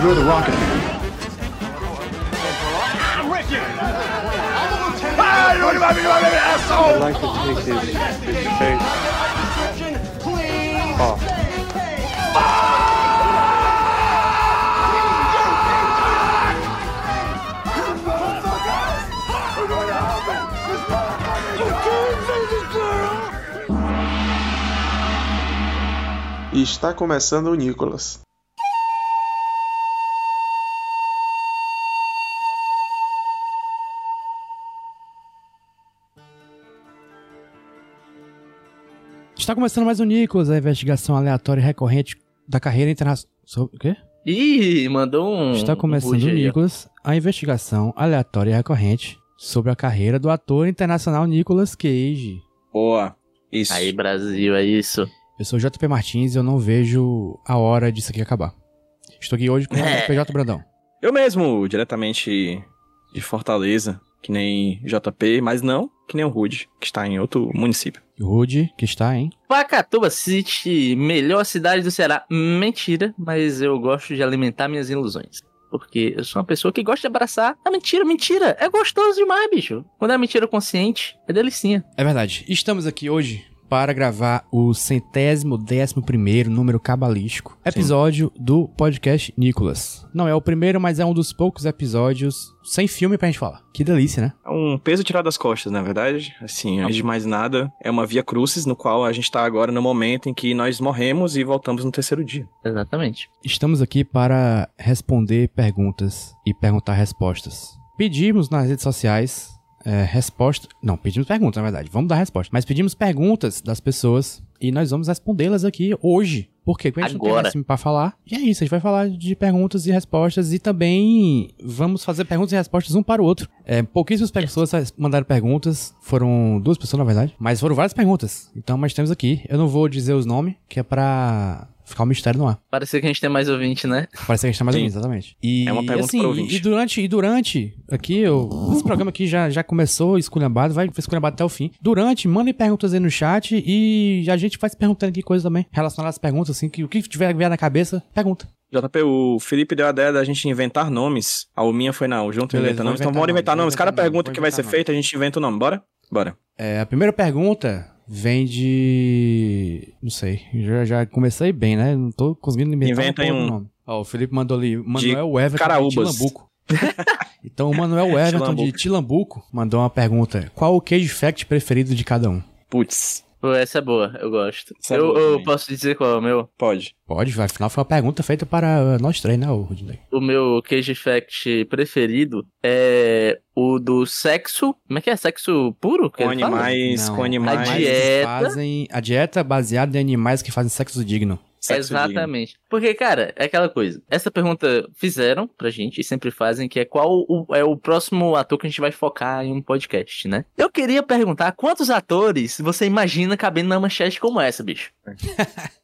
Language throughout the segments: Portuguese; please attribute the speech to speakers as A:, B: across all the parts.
A: You're the rocket man.
B: I'm with you. Ah, you don't want me to have an asshole.
C: I'd like to take his, his face
D: Please.
C: off. E está começando o Nicolas.
E: Está começando mais o Nicolas, a investigação aleatória e recorrente da carreira internacional. O quê?
F: Ih, mandou um.
E: Está começando
F: um
E: o
F: ruge aí, ó.
E: Nicolas, a investigação aleatória e recorrente sobre a carreira do ator internacional Nicolas Cage.
G: Boa. Isso.
F: Aí, Brasil, é isso.
E: Eu sou o JP Martins e eu não vejo a hora disso aqui acabar. Estou aqui hoje com o PJ Brandão.
G: Eu mesmo, diretamente de Fortaleza, que nem JP, mas não que nem o Rude, que está em outro município.
E: E o Rude, que está, hein?
F: Pacatuba City, melhor cidade do Ceará. Mentira, mas eu gosto de alimentar minhas ilusões. Porque eu sou uma pessoa que gosta de abraçar a mentira, mentira. É gostoso demais, bicho. Quando é mentira consciente, é delicinha.
E: É verdade. Estamos aqui hoje para gravar o centésimo décimo primeiro número cabalístico episódio do podcast Nicolas. Não é o primeiro, mas é um dos poucos episódios sem filme pra gente falar. Que delícia, né?
G: É um peso tirado das costas, na verdade. Assim, antes de mais nada, é uma via crucis no qual a gente está agora no momento em que nós morremos e voltamos no terceiro dia.
F: Exatamente.
E: Estamos aqui para responder perguntas e perguntar respostas. Pedimos nas redes sociais é, resposta. Não, pedimos perguntas, na verdade. Vamos dar resposta. Mas pedimos perguntas das pessoas e nós vamos respondê-las aqui hoje. Por quê? Porque a gente não tem
F: Agora.
E: mais filme pra falar. E é isso, a gente vai falar de perguntas e respostas e também vamos fazer perguntas e respostas um para o outro. É, pouquíssimas pessoas mandaram perguntas, foram duas pessoas na verdade, mas foram várias perguntas. Então, nós temos aqui. Eu não vou dizer os nomes, que é pra ficar um mistério no ar.
F: Parecia que a gente tem mais ouvinte, né?
E: Parece que a gente tá mais ou
G: Sim.
E: menos, exatamente. E,
G: É uma pergunta
E: assim,
G: pro
E: e,
G: ouvinte.
E: e durante, e durante, aqui, eu, esse programa aqui já, já começou esculhambado, vai esculhambado até o fim. Durante, mandem perguntas aí no chat e a gente vai se perguntando aqui coisa também, relacionada às perguntas, assim, que o que tiver vier na cabeça, pergunta.
G: JP, o Felipe deu a ideia da gente inventar nomes. A minha foi não, junto
E: Beleza,
G: inventa
E: vou
G: nomes. Então
E: inventar
G: bora inventar
E: nome,
G: nomes.
E: vou
G: Cada
E: inventar nome,
G: pergunta
E: vou
G: que vai
E: inventar
G: ser
E: nome.
G: feita, a gente inventa o nome. Bora? Bora.
E: É, a primeira pergunta vem de... não sei, já, já comecei bem, né? Não tô conseguindo inventar
G: Inventa
E: uma
G: aí
E: porra
G: um-
E: do nome. Ó, o Felipe mandou ali, Manuel Everton
G: Caraúbas.
E: de Tilambuco. então, o Manuel Everton de
G: Tilambuco.
E: Tilambuco mandou uma pergunta. Qual o queijo fact preferido de cada um?
G: Putz,
F: Pô, essa é boa, eu gosto.
G: Essa é
F: eu
G: boa
F: eu
G: também.
F: posso dizer qual é o meu?
G: pode.
E: Pode, vai. Afinal, foi uma pergunta feita para uh, nós três, né, ô Rudinei?
F: O meu Cage Fact preferido é o do sexo. Como é que é? Sexo puro? Que
G: Com
F: ele fala?
G: animais,
E: Não.
G: com animais.
F: A dieta.
E: Fazem a dieta baseada em animais que fazem sexo digno.
G: sexo digno.
F: Exatamente. Porque, cara, é aquela coisa. Essa pergunta fizeram pra gente e sempre fazem, que é qual o- é o próximo ator que a gente vai focar em um podcast, né? Eu queria perguntar quantos atores você imagina cabendo numa manchete como essa, bicho?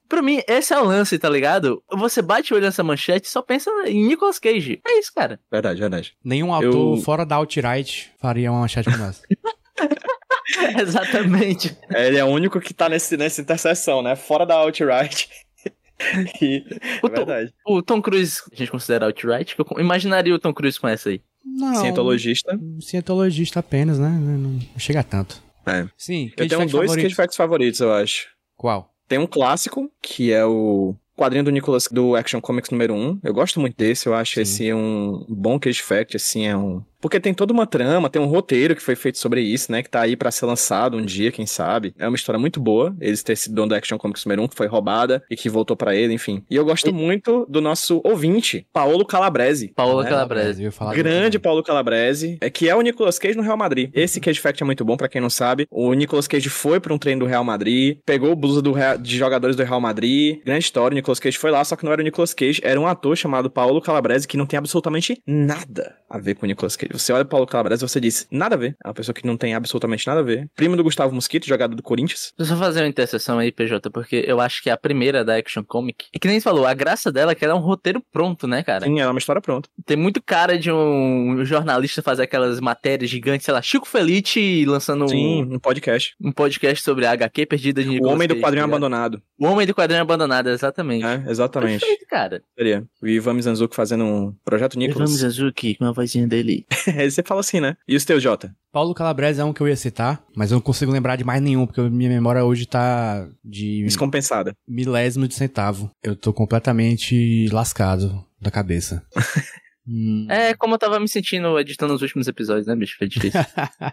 F: Pra mim, esse é o lance, tá ligado? Você bate o olho nessa manchete e só pensa em Nicolas Cage. É isso, cara.
G: Verdade, verdade.
E: Nenhum autor
G: Eu-
E: fora da Outright faria uma manchete como essa.
F: Exatamente.
G: É, Ele é o único que tá nesse, nessa interseção, né? Fora da outright. e,
F: O Tom,
G: é verdade.
F: o Tom Cruise, a gente considera outright, que eu co- imaginaria o Tom Cruise com essa aí.
E: Não.
G: Cientologista.
E: Cientologista apenas, né? Não não chega a tanto.
G: É.
E: Sim,
G: Eu tenho
E: fact
G: dois
E: favorito.
G: Cage Facts favoritos, eu acho.
E: Qual?
G: Tem um clássico, que é o quadrinho do Nicolas do Action Comics número 1. Eu gosto muito desse, eu acho
E: Sim.
G: esse um bom Cage Fact, assim, é um. Porque tem toda uma trama, tem um roteiro que foi feito sobre isso, né? Que tá aí pra ser lançado um dia, quem sabe. É uma história muito boa. Eles ter sido dono do Action Comics número 1, que foi roubada e que voltou pra ele, enfim. E eu gosto muito do nosso ouvinte, Paolo Calabrese.
F: Paola
G: né?
F: Calabrese.
E: Eu ia falar
G: Grande
E: dele
G: Paulo Calabrese, é que é o Nicolas Cage no Real Madrid. Esse Cage Fact é muito bom, pra quem não sabe. O Nicolas Cage foi pra um treino do Real Madrid, pegou blusa do Rea- de jogadores do Real Madrid. Grande história, o Nicolas Cage foi lá, só que não era o Nicolas Cage, era um ator chamado Paulo Calabrese que não tem absolutamente nada a ver com o Nicolas que você olha pro Paulo Calabres e você diz, nada a ver. É uma pessoa que não tem absolutamente nada a ver. Primo do Gustavo Mosquito, jogado do Corinthians.
F: Deixa eu só fazer uma interseção aí, PJ, porque eu acho que a primeira da Action Comic. E que nem você falou, a graça dela é que ela é um roteiro pronto, né, cara?
G: Sim, ela é uma história pronta.
F: Tem muito cara de um jornalista fazer aquelas matérias gigantes, sei lá, Chico Felice lançando
G: Sim,
F: um,
G: no podcast.
F: um podcast sobre a HQ perdida de
G: O
F: Nicolas
G: Homem do
F: Cage,
G: Quadrinho
F: tá ligado?
G: Abandonado.
F: O Homem do Quadrinho Abandonado, exatamente.
G: É, exatamente.
F: Perfeito, cara.
G: Seria. O Ivan Mizanzuki fazendo um projeto
F: Vamos
G: Nicolas.
F: Azuki com a vozinha dele.
G: Aí você fala assim, né? E os teus, Jota?
E: Paulo Calabres é um que eu ia citar, mas eu não consigo lembrar de mais nenhum, porque minha memória hoje tá
G: Hum.
E: de
G: Descompensada.
E: milésimo de centavo. Eu tô completamente lascado da cabeça. Hum,
F: É como eu tava me sentindo editando os últimos episódios, né, bicho? Foi difícil.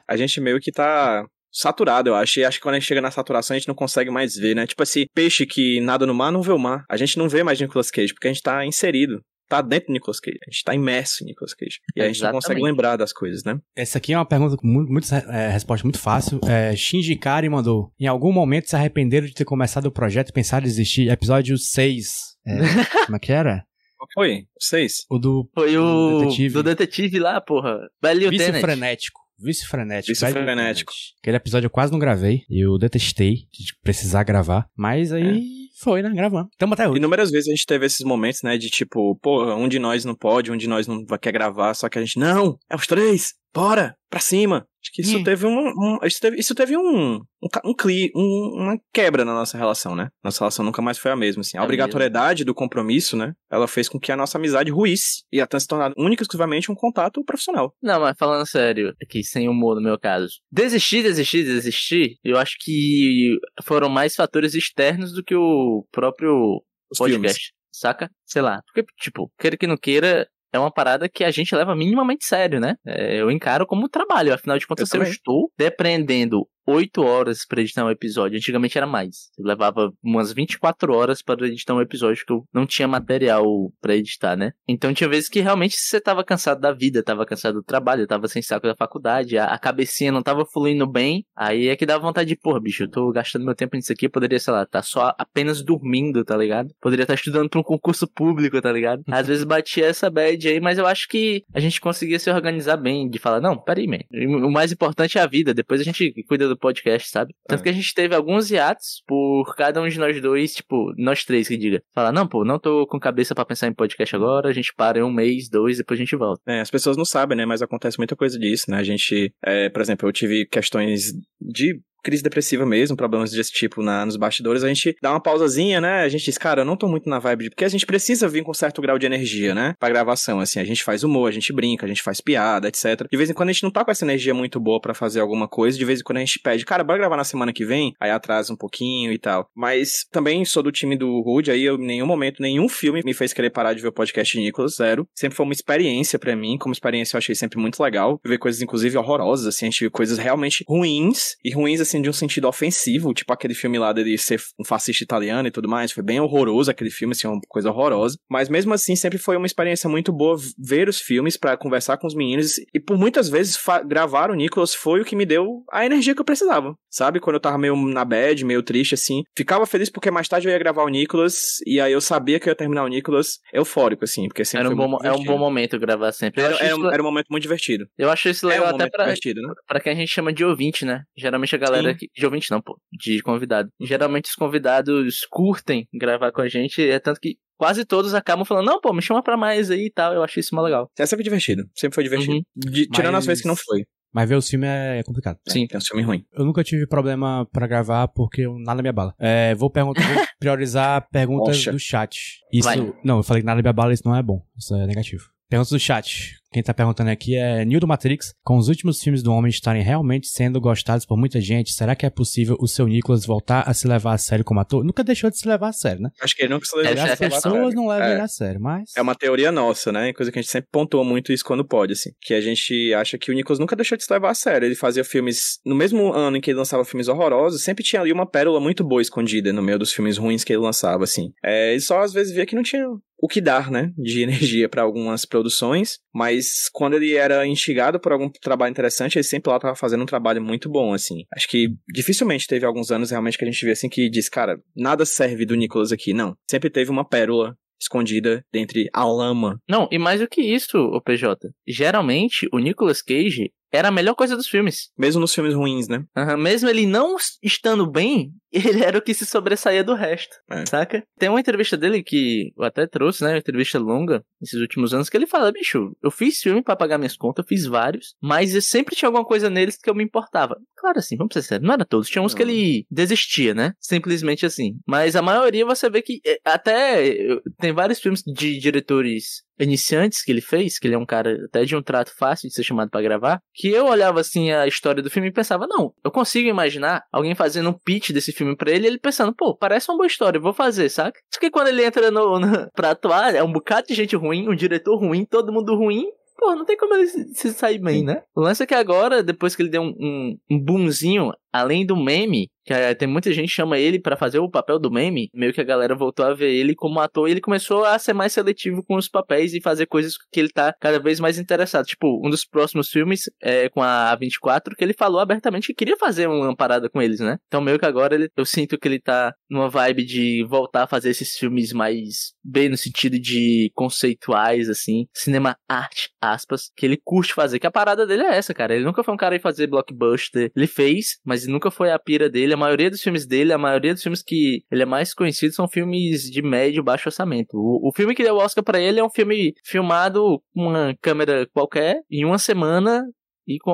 G: A gente meio que tá saturado, eu acho. E acho que quando a gente chega na saturação, a gente não consegue mais ver, né? Tipo assim, peixe que nada no mar não vê o mar. A gente não vê mais Nicolas Cage, porque a gente tá inserido. Tá dentro do Nicolas Cage. A gente tá imerso em Nicolas Cage. E a gente não consegue
F: Exatamente.
G: lembrar das coisas, né?
E: Essa aqui é uma pergunta com muito, muito- é, resposta muito fácil. É, Shinji Kari mandou: Em algum momento se arrependeram de ter começado o projeto e pensaram em desistir? Episódio 6. É, como é que era?
G: Qual foi? Vocês?
E: O do
F: Foi
E: Do
F: o.
E: detetive.
F: Do detetive lá, porra. Belly
E: Vice
F: Lieutenant.
E: frenético. Vice frenético.
G: Vice
E: Velho
G: frenético.
E: Lieutenant. Aquele episódio eu quase não gravei. Eu detestei de precisar gravar. Mas
G: É.
E: aí foi, né? Gravando. Tamo até hoje.
G: Inúmeras vezes a gente teve esses momentos, né? De tipo, pô, um de nós não pode, um de nós não vai- quer gravar, só que a gente, não, é os três, bora, pra cima. Acho que isso
E: Hum.
G: teve um, um- isso teve, isso teve um, um, ca- um, cli- um- uma quebra na nossa relação, né? Nossa relação nunca mais foi a mesma, assim. A
F: É
G: obrigatoriedade do compromisso, né? Ela fez com que a nossa amizade ruísse e até se tornar única e exclusivamente um contato profissional.
F: Não, mas falando sério, aqui, sem humor no meu caso. Desistir, desistir, desistir, eu acho que foram mais fatores externos do que o próprio
G: Os filmes.
F: podcast, saca? Sei lá. Porque, tipo, queira que não queira, é uma parada que a gente leva minimamente sério, né? É, eu encaro como trabalho. Afinal de contas,
G: Eu
F: eu,
G: também.
F: estou depreendendo 8 horas pra editar um episódio. Antigamente era mais. Eu levava umas 24 horas para editar um episódio que eu não tinha material pra editar, né? Então tinha vezes que realmente você tava cansado da vida, tava cansado do trabalho, tava sem saco da faculdade, a, a cabecinha não tava fluindo bem. Aí é que dava vontade de, porra, bicho, eu tô gastando meu tempo nisso aqui, eu poderia, sei lá, tá só apenas dormindo, tá ligado? Poderia estar estudando pra um concurso público, tá ligado? Às vezes batia essa bad aí, mas eu acho que a gente conseguia se organizar bem, de falar, não, peraí, man, o mais importante é a vida, depois a gente cuida do podcast, sabe? Tanto
G: É.
F: que a gente teve alguns hiatos por cada um de nós dois, tipo, nós três que diga. Falar, não, pô, não tô com cabeça pra pensar em podcast agora, a gente para em um mês, dois, depois a gente volta.
G: É, as pessoas não sabem, né? Mas acontece muita coisa disso, né? A gente, é, por exemplo, eu tive questões de crise depressiva mesmo, problemas desse tipo na, nos bastidores, a gente dá uma pausazinha, né? A gente diz, cara, eu não tô muito na vibe de... Porque a gente precisa vir com um certo grau de energia, né? Pra gravação, assim, a gente faz humor, a gente brinca, a gente faz piada, etc. De vez em quando a gente não tá com essa energia muito boa pra fazer alguma coisa, de vez em quando a gente pede, cara, bora gravar na semana que vem? Aí atrasa um pouquinho e tal. Mas também sou do time do Rude, aí eu, em nenhum momento, nenhum filme me fez querer parar de ver o podcast de Nicolas, zero. Sempre foi uma experiência pra mim, como experiência eu achei sempre muito legal. Eu vi coisas, inclusive, horrorosas, assim, a gente viu coisas realmente ruins, e ruins, assim, de um sentido ofensivo, tipo aquele filme lá dele ser um fascista italiano e tudo mais, foi bem horroroso aquele filme, assim, uma coisa horrorosa. Mas mesmo assim, sempre foi uma experiência muito boa ver os filmes pra conversar com os meninos, e por muitas vezes fa- gravar o Nicolas foi o que me deu a energia que eu precisava, sabe? Quando eu tava meio na bad, meio triste, assim, ficava feliz porque mais tarde eu ia gravar o Nicolas, e aí eu sabia que eu ia terminar o Nicolas eufórico, assim, porque sempre
F: Era um
G: foi
F: bom,
G: muito
F: mo- é um
G: divertido.
F: bom momento gravar sempre. Eu,
G: Era,
F: acho,
G: era
F: isso,
G: um, era um momento muito divertido.
F: eu acho isso
G: É um
F: legal até
G: momento
F: pra,
G: divertido, né?
F: pra quem a gente chama de ouvinte, né? Geralmente a galera.
G: Sim.
F: que- de ouvinte não, pô. De convidado. Geralmente os convidados curtem gravar com a gente. É tanto que quase todos acabam falando, não, pô, me chama pra mais aí e tal. Eu acho isso mó legal.
G: É sempre divertido. Sempre foi divertido. De- tirando
E: Mas-
G: as vezes que não foi.
E: Mas ver os filmes é complicado.
G: né?
F: Sim.
G: Tem um filme ruim.
E: Eu nunca tive problema pra gravar porque eu- nada me abala. É, vou, perguntar, vou priorizar perguntas
G: Poxa.
E: do chat. Isso.
F: Vai.
E: Não, eu falei que nada me abala, isso não é bom. Isso é negativo. Perguntas do chat. Quem tá perguntando aqui é Nil do Matrix. Com os últimos filmes do homem estarem realmente sendo gostados por muita gente, será que é possível o seu Nicholas voltar a se levar a sério como ator? Nunca deixou de se levar a sério, né?
G: Acho que ele nunca se
F: É,
G: levou
E: As
G: a sério.
E: pessoas não levam
G: É.
E: ele a sério, mas.
G: É uma teoria nossa, né? Coisa que a gente sempre pontua muito isso quando pode, assim. Que a gente acha que o Nicolas nunca deixou de se levar a sério. Ele fazia filmes. No mesmo ano em que ele lançava filmes horrorosos, sempre tinha ali uma pérola muito boa escondida no meio dos filmes ruins que ele lançava, assim. É, e só às vezes via que não tinha o que dar, né? De energia pra algumas produções. Mas quando ele era instigado por algum trabalho interessante, ele sempre lá tava fazendo um trabalho muito bom, assim. Acho que dificilmente teve alguns anos realmente que a gente vê assim que diz, cara, nada serve do Nicolas aqui. Não. Sempre teve uma pérola escondida dentre a lama.
F: Não, e mais do que isso, o PJ. Geralmente, o Nicolas Cage era a melhor coisa dos filmes.
G: Mesmo nos filmes ruins, né?
F: Aham, mesmo ele não s- estando bem, ele era o que se sobressaía do resto,
G: É.
F: saca? Tem uma entrevista dele que eu até trouxe, né? Uma entrevista longa, esses últimos anos, que ele fala, bicho, eu fiz filme pra pagar minhas contas, eu fiz vários, mas eu sempre tinha alguma coisa neles que eu me importava. Claro assim, vamos ser sérios, não era todos, tinha uns que ele desistia, né? Simplesmente assim. Mas a maioria você vê que é, até eu- tem vários filmes de diretores iniciantes que ele fez, que ele é um cara até de um trato fácil de ser chamado pra gravar, que eu olhava assim a história do filme e pensava, não, eu consigo imaginar alguém fazendo um pitch desse filme pra ele, e ele pensando, pô, parece uma boa história, eu vou fazer, saca? Só que quando ele entra no, no- pra atuar, é um bocado de gente ruim, um diretor ruim, todo mundo ruim, Pô, não tem como ele se se sair bem, né? O lance é que agora, depois que ele deu um, um, um boomzinho, além do meme, que eh, tem muita gente que chama ele pra fazer o papel do meme, meio que a galera voltou a ver ele como ator e ele começou a ser mais seletivo com os papéis e fazer coisas que ele tá cada vez mais interessado. Tipo, um dos próximos filmes é com a A24, que ele falou abertamente que queria fazer uma parada com eles, né? Então meio que agora ele- eu sinto que ele tá numa vibe de voltar a fazer esses filmes mais bem no sentido de conceituais, assim, cinema arte, aspas, que ele curte fazer. Que a parada dele é essa, cara. Ele nunca foi um cara aí fazer blockbuster. Ele fez, mas nunca foi a pira dele. A maioria dos filmes dele, a maioria dos filmes que ele é mais conhecido são filmes de médio e baixo orçamento. O, o filme que deu o Oscar pra ele é um filme filmado com uma câmera qualquer em uma semana e com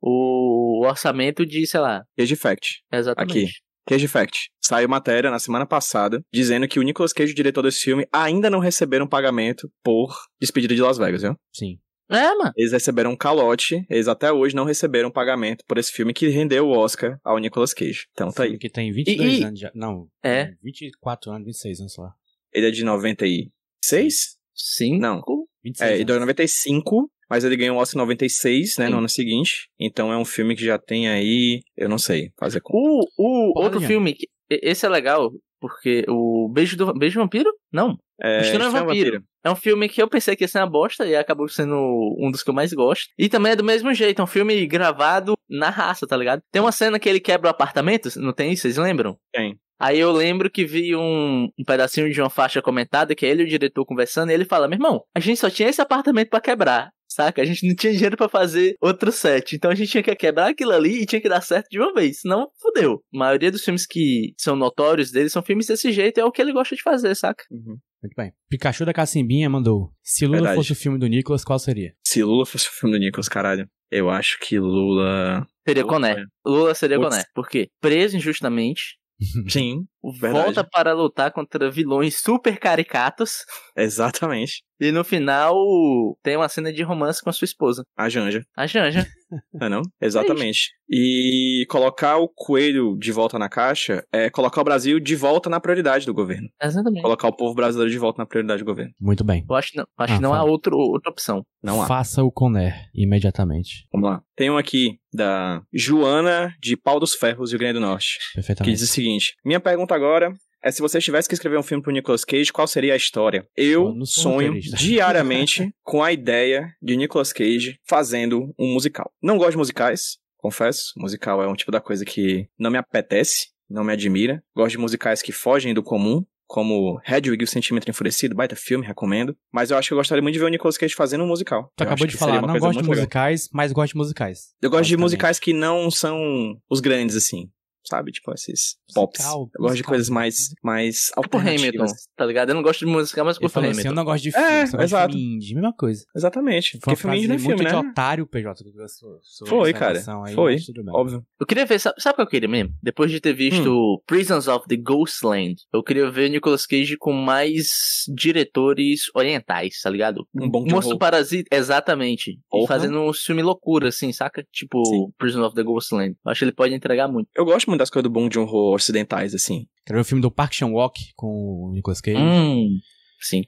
F: o orçamento de, sei lá,
G: Cage Fact.
F: exatamente.
G: Aqui. Cage Fact. Saiu matéria na semana passada dizendo que o Nicolas Cage, o diretor desse filme, ainda não receberam pagamento por despedida de Las Vegas, viu?
E: Sim.
F: É, mano.
G: Eles receberam um calote, eles até hoje não receberam pagamento por esse filme que rendeu o Oscar ao Nicolas Cage. Então tá aí.
E: Que tem 22
F: E- e-
E: anos já. Não.
F: É.
E: 24 anos, 26 anos lá.
G: Ele é de 96?
F: Sim.
G: Não.
E: 26
G: É,
E: anos.
G: ele deu em 95, mas ele ganhou o Oscar em 96, né,
F: Sim.
G: no ano seguinte. Então é um filme que já tem aí, eu não sei, fazer conta.
F: O, o
E: Porra,
F: outro
E: Leandro.
F: filme, que- e- esse é legal, porque o Beijo do Beijo do Vampiro? Não.
G: É,
F: Acho que não é
G: Estranho
F: vampiro. É um filme que eu pensei que ia ser uma bosta e acabou sendo um dos que eu mais gosto. E também é do mesmo jeito, é um filme gravado na raça, tá ligado? Tem uma cena que ele quebra o apartamento, não tem isso? Vocês lembram?
G: Tem.
F: Aí eu lembro que vi um, um pedacinho de uma faixa comentada que é ele e o diretor conversando e ele fala: meu irmão, a gente só tinha esse apartamento pra quebrar. Saca? A gente não tinha dinheiro pra fazer outro set. Então a gente tinha que quebrar aquilo ali e tinha que dar certo de uma vez. Senão, fudeu. A maioria dos filmes que são notórios dele são filmes desse jeito. É o que ele gosta de fazer, saca?
G: Uhum.
E: Muito bem. Pikachu da Cacimbinha mandou. Se Lula
G: Verdade.
E: fosse o filme do Nicolas, qual seria?
G: Se Lula fosse o filme do Nicolas, caralho. Eu acho que Lula.
F: Seria
G: Lula
F: Coné.
G: foi.
F: Lula seria
G: Putz.
F: Coné. Por quê? Preso injustamente.
G: Sim, Verdade.
F: Volta para lutar contra vilões super caricatos.
G: exatamente.
F: E no final tem uma cena de romance com a sua esposa.
G: A Janja.
F: A Janja.
G: Não, é não? Exatamente. E colocar o coelho de volta na caixa é colocar o Brasil de volta na prioridade do governo.
F: Exatamente.
G: Colocar o povo brasileiro de volta na prioridade do governo.
E: Muito bem.
F: Eu acho, que não, acho
E: Ah,
F: que não há
E: fala.
F: outro, outra opção.
G: Não há.
E: Faça o Conner imediatamente.
G: Vamos lá. Tem um aqui da Joana de Pau dos Ferros, Rio Grande do Norte, que
E: Perfeitamente.
G: diz o seguinte: Minha pergunta agora é se você tivesse que escrever um filme pro Nicolas Cage, qual seria a história?
E: Eu
G: Eu
E: não sou
G: sonho
E: roteirista.
G: diariamente com a ideia de Nicolas Cage fazendo um musical. Não gosto de musicais, confesso. Musical é um tipo da coisa que não me apetece, não me admira. Gosto de musicais que fogem do comum. Como Hedwig e o Sentimento Enfurecido, baita filme, recomendo. Mas eu acho que eu gostaria muito de ver o Nicolas Cage fazendo um musical.
E: Tu
G: Eu acho
E: acabou de
G: que seria
E: falar,
G: uma
E: não
G: coisa
E: gosto de
G: muito legal.
E: musicais, mas gosto de musicais.
G: Eu gosto de
E: Basicamente.
G: musicais que não são os grandes, assim. Sabe? Tipo, esses pops.
E: Musical,
G: eu gosto de
E: musical. É
G: coisas mais, mais
F: Tipo Hamilton,
G: alternativas.
F: tá ligado? Eu não gosto de música, mas
E: Eu
F: curto
E: falei assim, eu
F: Hamilton.
E: não gosto de
G: É,
E: filme, só gosto
G: exato.
E: de filme indie, mesma coisa.
G: Exatamente.
E: Foi
G: Porque
E: uma
G: filme
E: frase
G: indie não é
E: muito
G: filme, né?
E: de otário, PJ. que eu sou- sou
G: Foi,
E: essa
G: cara.
E: relação aí,
G: Foi.
E: mas tudo bem.
G: Óbvio.
F: Eu queria ver, sabe, sabe o que eu queria mesmo? Depois de ter visto
G: Hum.
F: Prisons of the Ghostland, eu queria ver Nicolas Cage com mais diretores orientais, tá ligado?
G: Um bom
F: Monstro
G: Joon-ho.
F: Parasita, exatamente. E
G: Porra.
F: fazendo um filme loucura, assim, saca? Tipo
G: Sim.
F: Prison of the Ghostland. Eu acho que ele pode entregar muito.
G: Eu gosto muito das coisas do Bong Joon-ho ocidentais, assim.
E: Quero ver o filme do Park Chan-wook com o Nicolas Cage.
F: Hum, sim.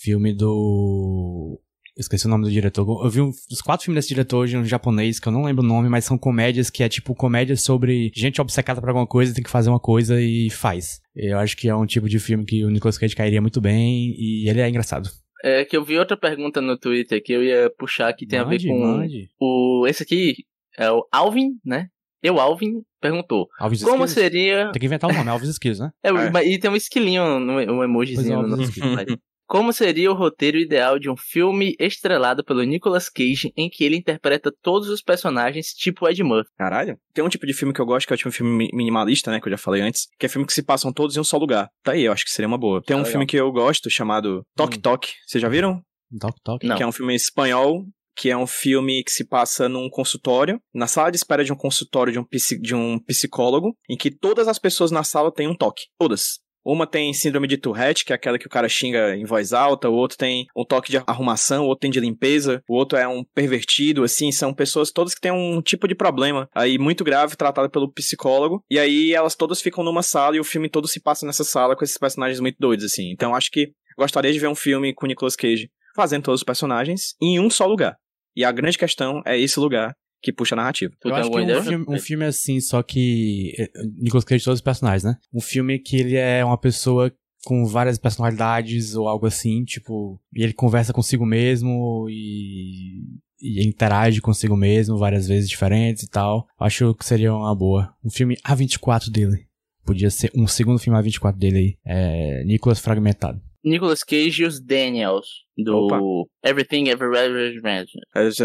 E: Filme do... eu Esqueci o nome do diretor. Eu vi um, os quatro filmes desse diretor de um japonês, que eu não lembro o nome, mas são comédias que é tipo comédia sobre gente obcecada por alguma coisa, tem que fazer uma coisa e faz. Eu acho que é um tipo de filme que o Nicolas Cage cairia muito bem e ele é engraçado.
F: É que eu vi outra pergunta no Twitter que eu ia puxar que tem a ver
E: Mande,
F: com
E: mande.
F: o. Esse aqui é o Alvin, né? Eu, Alvin, perguntou:
E: Alves
F: Como
E: Esquilos?
F: seria.
E: Tem que inventar um nome, Alves Esquilos, né?
F: É,
G: É.
F: mas- E tem um esquilinho, no- um emojizinho
E: Pois é,
F: no nosso
E: óbvio.
F: esquilinho. Como seria o roteiro ideal de um filme estrelado pelo Nicolas Cage em que ele interpreta todos os personagens, tipo Ed Murphy?
G: Caralho. Tem um tipo de filme que eu gosto, que é o tipo de filme mi- minimalista, né? Que eu já falei antes. Que é filme que se passam todos em um só lugar. Tá aí, eu acho que seria uma boa. Tem um
F: Tá legal.
G: filme que eu gosto chamado
E: Hum.
G: Tok Tok. Vocês já viram?
E: Toque, toque.
F: Não.
G: que é um filme espanhol, que é um filme que se passa num consultório, na sala de espera de um consultório de um, psi- de um psicólogo, em que todas as pessoas na sala têm um toque. Todas. Uma tem síndrome de Tourette, que é aquela que o cara xinga em voz alta, o outro tem um toque de arrumação, o outro tem de limpeza, o outro é um pervertido, assim, são pessoas todas que têm um tipo de problema aí muito grave, tratado pelo psicólogo, e aí elas todas ficam numa sala e o filme todo se passa nessa sala com esses personagens muito doidos, assim. Então acho que gostaria de ver um filme com Nicolas Cage fazendo todos os personagens em um só lugar. E a grande questão é esse lugar que puxa a narrativa.
F: Tu
E: eu
F: tem
E: acho que
F: alguma
E: um
F: ideia?
E: filme, um filme assim, só que. eh, Nicolas Cage todos os personagens, né? Um filme que ele é uma pessoa com várias personalidades ou algo assim, tipo. E ele conversa consigo mesmo e. E interage consigo mesmo várias vezes diferentes e tal. Acho que seria uma boa. Um filme A24 dele. Podia ser um segundo filme A24 dele aí. É, Nicolas Fragmentado.
F: Nicolas Cage e os Daniels, do
G: Opa.
F: Everything Everywhere Everywhere.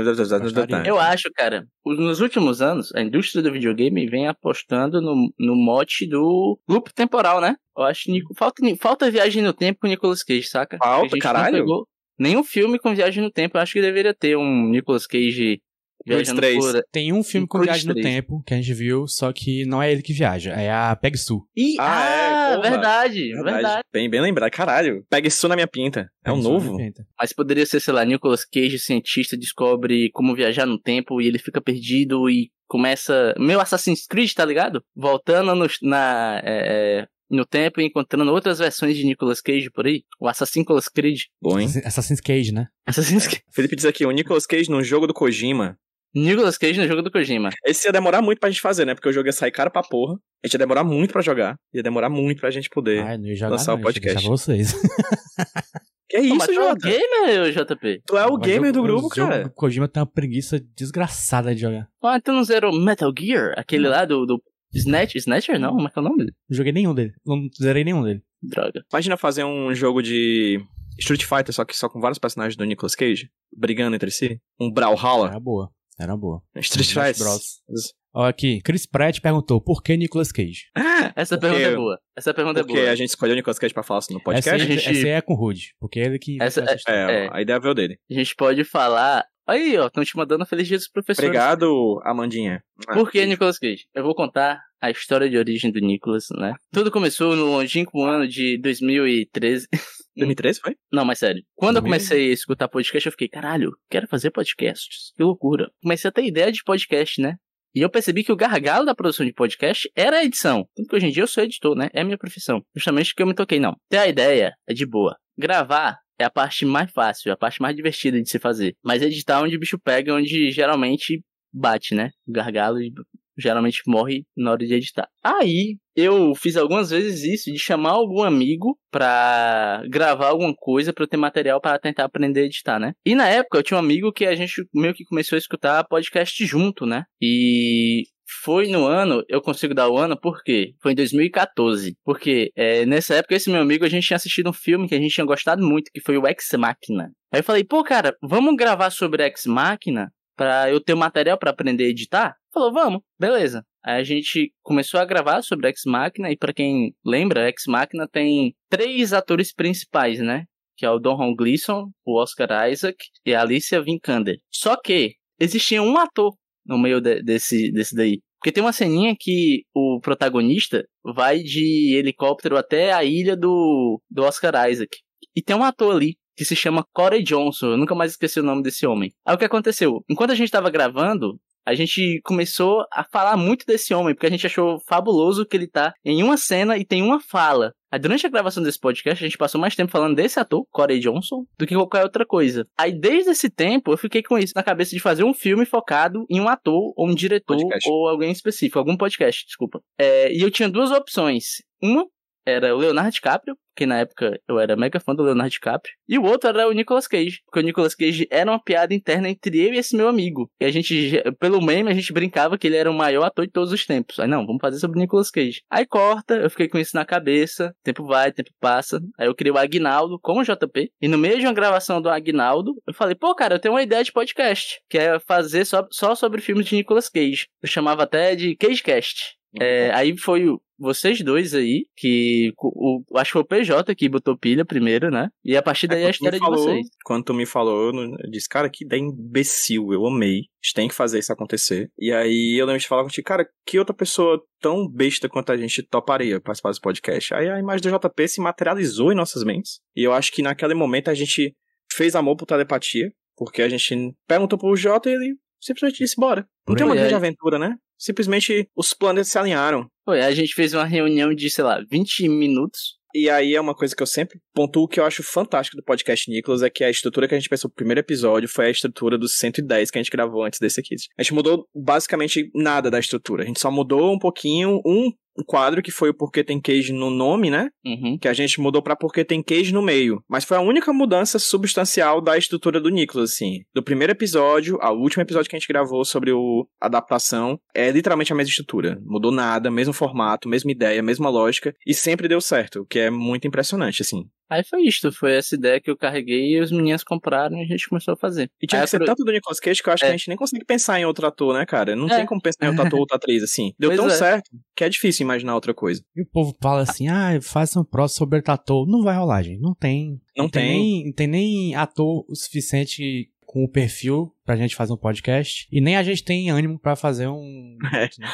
E: Gostaria.
F: Eu acho, cara, os- nos últimos anos, a indústria do videogame vem apostando no, no mote do loop temporal, né? Eu acho que Nico- falta, falta viagem no tempo com o Nicolas Cage, saca?
G: Falta,
F: A gente não
G: caralho.
F: pegou Nenhum filme com viagem no tempo. Eu acho que deveria ter um Nicolas Cage viajando
G: três.
F: por...
E: Tem um filme com
F: Cruz
E: viagem no
F: três.
E: tempo que a gente viu, só que não é ele que viaja, é a Peg Sue.
F: Ih,
G: Ah,
F: ah,
G: é, porra.
F: verdade, verdade,
G: Bem, bem lembrado. Caralho, pega isso na minha pinta. É um
E: Peg Sue
G: novo?
E: arrebenta.
F: Mas poderia ser, sei lá, Nicolas Cage, cientista, descobre como viajar no tempo e ele fica perdido e começa. Meu Assassin's Creed, tá ligado? Voltando no, na, é, é, no tempo e encontrando outras versões de Nicolas Cage por aí. O Assassin's Creed.
G: Bom, hein?
E: Assassin- Assassin's Cage, né?
F: Assassin's Creed.
G: Felipe diz aqui, o Nicolas Cage num jogo do Kojima.
F: Nicolas Cage no jogo do Kojima.
G: Esse ia demorar muito pra gente fazer, né? Porque o jogo ia sair caro pra porra. A gente ia demorar muito pra jogar. Ia demorar muito pra gente poder.
E: Ah, eu não ia jogar
G: lançar
E: não,
G: o
E: eu ia deixar
G: podcast.
E: pra vocês.
G: que
F: Pô, mas
G: isso,
F: tu é um
G: Jota?
F: gamer, JP?
G: Tu é o
E: Mas
G: gamer
E: eu-
G: do
E: eu-
G: grupo,
E: o jogo
G: cara.
E: do Kojima tem uma preguiça desgraçada de jogar.
F: Ah, tu não zerou Metal Gear? Aquele lá do, do Snatch? Snatcher não? Como é que é o nome? dele?
E: Não joguei nenhum dele. Não zerei nenhum dele.
F: Droga.
G: Imagina fazer um jogo de Street Fighter, só que só com vários personagens do Nicolas Cage, brigando entre si. Um Brawlhalla. um
E: Era boa. Era boa.
G: Street
E: Smash
G: Fighter.
E: Bros. Ó, aqui. Chris Pratt perguntou por que Nicolas Cage?
F: Essa
G: Porque-
F: pergunta é boa. Essa pergunta
G: Porque
F: é boa.
G: a gente escolheu o Nicolas Cage pra falar isso no
E: Essa aí,
G: podcast.
F: gente-
E: essa aí é com o Rude. Porque ele que.
F: Essa-
E: vai assistir.
G: É,
F: É.
G: a ideia veio dele.
F: A gente pode falar. Aí, ó, estão te mandando feliz dia dos professores.
G: Obrigado, Amandinha.
F: Por que Nicolas Cage? Eu vou contar a história de origem do Nicolas, né? Tudo começou no longínquo ano de 2013.
G: 2013 foi?
F: Não, mas sério. Quando eu
E: Mesmo?
F: comecei a escutar podcast, eu fiquei, caralho, quero fazer podcasts. Que loucura. Comecei a ter ideia de podcast, né? E eu percebi que o gargalo da produção de podcast era a edição. Tanto que hoje em dia eu sou editor, né? É a minha profissão. Justamente que eu me toquei, não. Ter a ideia é de boa. Gravar é a parte mais fácil, a parte mais divertida de se fazer. Mas editar é onde o bicho pega, onde geralmente bate, né? O gargalo e geralmente morre na hora de editar. Aí eu fiz algumas vezes isso de chamar algum amigo pra gravar alguma coisa pra eu ter material pra tentar aprender a editar, né? E na época eu tinha um amigo que a gente meio que começou a escutar podcast junto, né? E foi no ano, eu consigo dar o ano, por quê? Foi em 2014. Porque é, nessa época, esse meu amigo, a gente tinha assistido um filme que a gente tinha gostado muito, que foi o Ex Machina. Aí eu falei, pô, cara, vamos gravar sobre Ex Machina pra eu ter o material pra aprender a editar? Falou, vamos, beleza. Aí a gente começou a gravar sobre Ex Machina, e pra quem lembra, Ex Machina tem três atores principais, né? Que é o Don Gleason, o Oscar Isaac e a Alicia Vikander. Só que existia um ator no meio de- desse, desse daí. Porque tem uma ceninha que o protagonista vai de helicóptero até a ilha do, do Oscar Isaac. E tem um ator ali que se chama Corey Johnson. Eu nunca mais esqueci o nome desse homem. Aí o que aconteceu? Enquanto a gente tava gravando, a gente começou a falar muito desse homem, porque a gente achou fabuloso que ele tá em uma cena e tem uma fala. Aí, durante a gravação desse podcast, a gente passou mais tempo falando desse ator, Corey Johnson, do que qualquer outra coisa. Aí, desde esse tempo, eu fiquei com isso na cabeça de fazer um filme focado em um ator, ou um diretor,
G: Podcast.
F: ou alguém específico, algum podcast, desculpa. É, e eu tinha duas opções. Uma era o Leonardo DiCaprio, que na época eu era mega fã do Leonardo DiCaprio, e o outro era o Nicolas Cage, porque o Nicolas Cage era uma piada interna entre eu e esse meu amigo. E a gente, já- pelo meme, a gente brincava que ele era o maior ator de todos os tempos. Aí não, vamos fazer sobre o Nicolas Cage. Aí corta, eu fiquei com isso na cabeça, tempo vai, tempo passa. Aí eu criei o Agnaldo com o JP, e no meio de uma gravação do Agnaldo, eu falei, pô, cara, eu tenho uma ideia de podcast, que é fazer só, só sobre filmes de Nicolas Cage. Eu chamava até de Cagecast. É, aí foi o- vocês dois aí, que o, o- acho que foi o PJ que botou pilha primeiro, né? E a partir daí
G: É,
F: a
G: quando tu
F: história é
G: me falou,
F: de vocês.
G: Quando tu me falou, eu não- eu disse, cara, que ideia imbecil, eu amei. A gente tem que fazer isso acontecer. E aí eu lembro de falar contigo, cara, que outra pessoa tão besta quanto a gente toparia participar desse podcast. Aí a imagem do JP se materializou em nossas mentes. E eu acho que naquele momento a gente fez amor por telepatia, porque a gente perguntou pro Jota e ele simplesmente disse, bora. Não
E: Por
G: tem uma
F: aí.
G: grande aventura, né? Simplesmente os planetas se alinharam.
F: Foi, a gente fez uma reunião de, sei lá, 20 minutos.
G: E aí é uma coisa que eu sempre pontuo que eu acho fantástico do podcast Nicolas, é que a estrutura que a gente pensou pro primeiro episódio foi a estrutura dos 110 que a gente gravou antes desse aqui. A gente mudou basicamente nada da estrutura. A gente só mudou um pouquinho um quadro que foi o Porquê Tem Cage no nome, né?
F: Uhum.
G: Que a gente mudou pra Porquê Tem Cage no meio. Mas foi a única mudança substancial da estrutura do Nicolas, assim. Do primeiro episódio ao último episódio que a gente gravou sobre o a adaptação, é literalmente a mesma estrutura. Mudou nada, mesmo formato, mesma ideia, mesma lógica. E sempre deu certo, o que é muito impressionante, assim.
F: Aí foi isto, foi essa ideia que eu carreguei e os meninos compraram e a gente começou a fazer.
G: E tinha
F: Aí
G: que ser
F: apro-
G: tanto do Nicolas Cage que eu acho
F: É.
G: que a gente nem consegue pensar em outro ator, né, cara? Não
F: É.
G: tem como pensar em outro ator ou outra atriz, assim. Deu
F: Pois
G: tão
F: é.
G: certo que é difícil imaginar outra coisa.
E: E o povo fala assim, ah, faça um próximo sobre Tatô. Não vai rolar, gente. Não tem.
G: Não tem.
E: nem, não tem nem ator o suficiente com o perfil pra gente fazer um podcast. E nem a gente tem ânimo pra fazer um.
G: É.
E: né?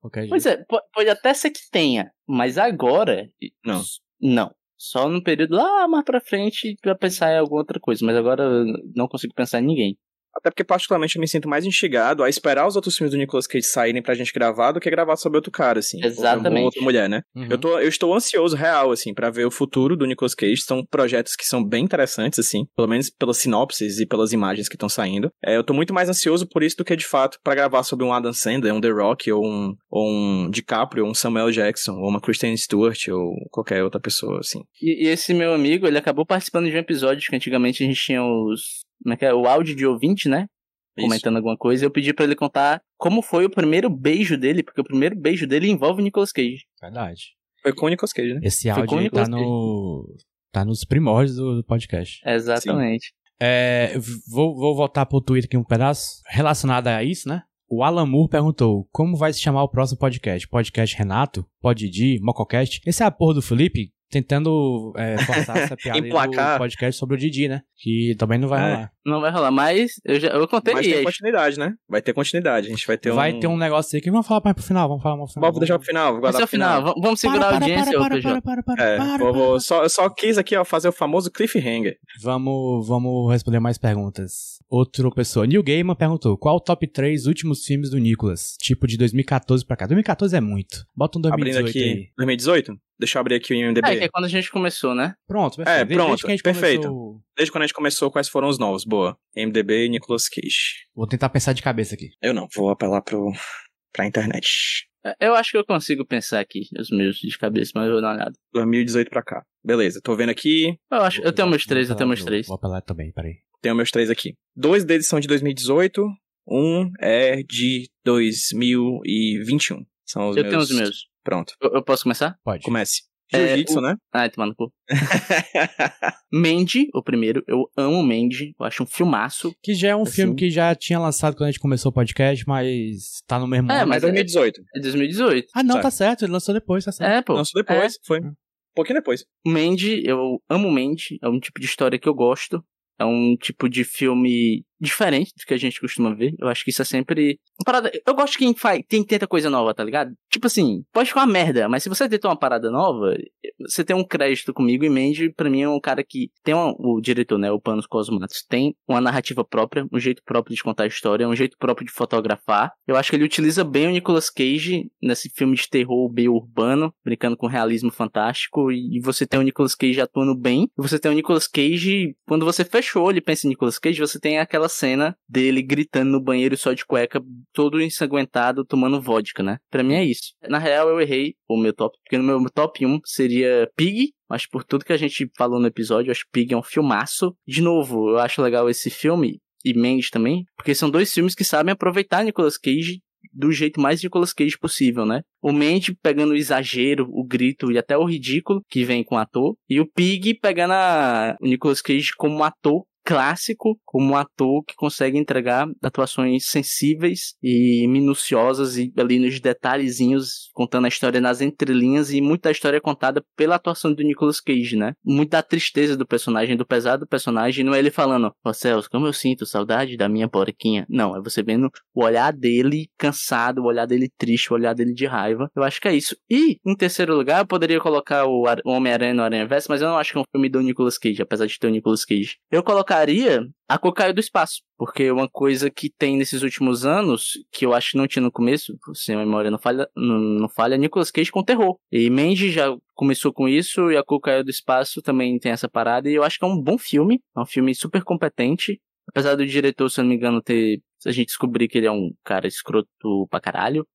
E: Qualquer jeito.
F: Pois é, po- pode até ser que tenha, mas agora.
G: Não.
F: Não. Só no período lá mais pra frente pra pensar em alguma outra coisa, mas agora eu não consigo pensar em ninguém.
G: Até porque, particularmente, eu me sinto mais instigado a esperar os outros filmes do Nicolas Cage saírem pra gente gravar do que gravar sobre outro cara, assim.
F: Exatamente.
G: Ou outra mulher, né?
E: Uhum.
G: Eu, tô, eu estou ansioso, real, assim, pra ver o futuro do Nicolas Cage. São projetos que são bem interessantes, assim, pelo menos pelas sinopses e pelas imagens que estão saindo. É, eu tô muito mais ansioso por isso do que, de fato, pra gravar sobre um Adam Sandler, um The Rock, ou um, ou um DiCaprio, ou um Samuel Jackson, ou uma Kristen Stewart, ou qualquer outra pessoa, assim.
F: E, e esse meu amigo, ele acabou participando de um episódio que antigamente a gente tinha os. Como é que é? O áudio de ouvinte, né?
G: Isso.
F: Comentando alguma coisa. Eu pedi pra ele contar como foi o primeiro beijo dele, porque o primeiro beijo dele envolve o Nicolas Cage.
E: Verdade.
G: Foi com o Nicolas Cage, né?
E: Esse
F: Ficou
E: áudio aí tá
F: Nicolas
E: no. Tá nos primórdios do podcast.
F: Exatamente.
E: É, v- vou, vou voltar pro Twitter aqui um pedaço. Relacionado a isso, né? O Alan Moore perguntou: como vai se chamar o próximo podcast? Podcast Renato? Podidi? Mococast? Esse é a porra do Felipe tentando é, forçar essa piada aí
G: Emplacar.
E: do podcast sobre o Didi, né? Que também não vai
G: É.
E: rolar.
F: Não vai rolar, mas eu, já, eu contei
G: Mas tem
F: aí.
G: continuidade, né? Vai ter continuidade. A gente vai ter um...
E: Vai ter um negócio aí que vamos falar mais pro final. Vamos falar mais pro final.
G: Bom, vou deixar pro final, vou
F: Esse
G: guardar
F: é o
G: pro final.
F: final. Vamos- Vamos segurar a audiência, ô PJ.
E: para, para,
G: É, vou- vou- só, eu só quis aqui, ó, fazer o famoso cliffhanger.
E: Vamos, vamos responder mais perguntas. Outra pessoa, Neil Gaiman perguntou: qual o top 3 últimos filmes do Nicolas? Tipo de 2014 pra cá. 2014 é muito. Bota um
G: Abrindo
E: 2018
G: aqui.
E: aí.
G: 2018? Deixa eu abrir aqui o IMDB.
F: É, que é quando a gente começou, né?
E: Pronto, perfeito.
G: É,
E: Desde
G: pronto,
E: que a gente
G: perfeito.
E: começou-
G: Desde quando a gente começou, quais foram os novos? Boa. IMDB e Nicolas Cage.
E: Vou tentar pensar de cabeça aqui.
G: Eu não, vou apelar pro, pra internet.
F: Eu acho que eu consigo pensar aqui, os meus de cabeça, mas eu vou dar uma olhada.
G: 2018 pra cá. Beleza, tô vendo aqui.
F: Eu, acho, eu tenho
E: Vou-
F: meus três,
E: vou
F: eu tenho
E: apelar-
F: meus três.
E: Vou apelar também, peraí.
G: Tenho meus três aqui. Dois deles são de 2018. Um é de 2021. São os
F: Eu
G: meus.
F: tenho os meus.
G: Pronto,
F: Eu, eu posso começar?
E: Pode.
G: comece.
F: É,
G: Jiu-Jitsu,
F: o-
G: né?
F: Ai, tomando cu. Mandy, o primeiro. Eu amo Mandy. Eu acho um filmaço.
E: Que já é um
F: Assim.
E: filme que já tinha lançado quando a gente começou o podcast, mas tá no mesmo.
F: É,
E: ano.
F: mas-
G: Mas 2018.
F: É 2018.
E: Ah, não,
G: Tá.
E: tá certo, ele lançou depois, tá certo.
F: É, pô. É.
G: Lançou depois, foi. Um pouquinho depois.
F: Mandy, eu amo Mandy. É um tipo de história que eu gosto. É um tipo de filme diferente do que a gente costuma ver. Eu acho que isso é sempre. uma Parada... Eu gosto de quem, faz... quem tenta coisa nova, tá ligado? Tipo assim, pode ficar uma merda, mas se você tenta uma parada nova, você tem um crédito comigo. E Mandy, pra mim, é um cara que tem uma- o diretor, né? O Panos Cosmatos, tem uma narrativa própria, um jeito próprio de contar a história, um jeito próprio de fotografar. Eu acho que ele utiliza bem o Nicolas Cage nesse filme de terror meio urbano, brincando com realismo fantástico. E você tem o Nicolas Cage atuando bem. E você tem o Nicolas Cage. Quando você fecha o olho e pensa em Nicolas Cage, você tem aquela aquela cena dele gritando no banheiro só de cueca, todo ensanguentado, tomando vodka, né? Pra mim é isso. Na real, eu errei o meu top, porque no meu top 1 seria Pig, mas por tudo que a gente falou no episódio, eu acho que Pig é um filmaço. De novo, eu acho legal esse filme e Mendes também, porque são dois filmes que sabem aproveitar Nicolas Cage do jeito mais Nicolas Cage possível, né? O Mandy pegando o exagero, o grito e até o ridículo que vem com o ator, e o Pig pegando a... o Nicolas Cage como um ator clássico, como um ator que consegue entregar atuações sensíveis e minuciosas e ali nos detalhezinhos, contando a história nas entrelinhas e muita história é contada pela atuação do Nicolas Cage, né? Muita tristeza do personagem, do pesar do personagem, não é ele falando, ó Celso, como eu sinto saudade da minha porquinha. Não, é você vendo o olhar dele cansado, o olhar dele triste, o olhar dele de raiva. Eu acho que é isso. E, em terceiro lugar, eu poderia colocar o Ar- Homem-Aranha no Aranha Verso, mas eu não acho que é um filme do Nicolas Cage, apesar de ter o Nicolas Cage. Eu colocaria a Cocaia do Espaço, porque é uma coisa que tem nesses últimos anos, que eu acho que não tinha no começo, se a memória não falha, não, não falha é Nicolas Cage com terror. E Mandy já começou com isso, e a Cocaia do Espaço também tem essa parada, e eu acho que é um bom filme, é um filme super competente, apesar do diretor, se eu não me engano, ter a gente descobrir que ele é um cara escroto pra caralho,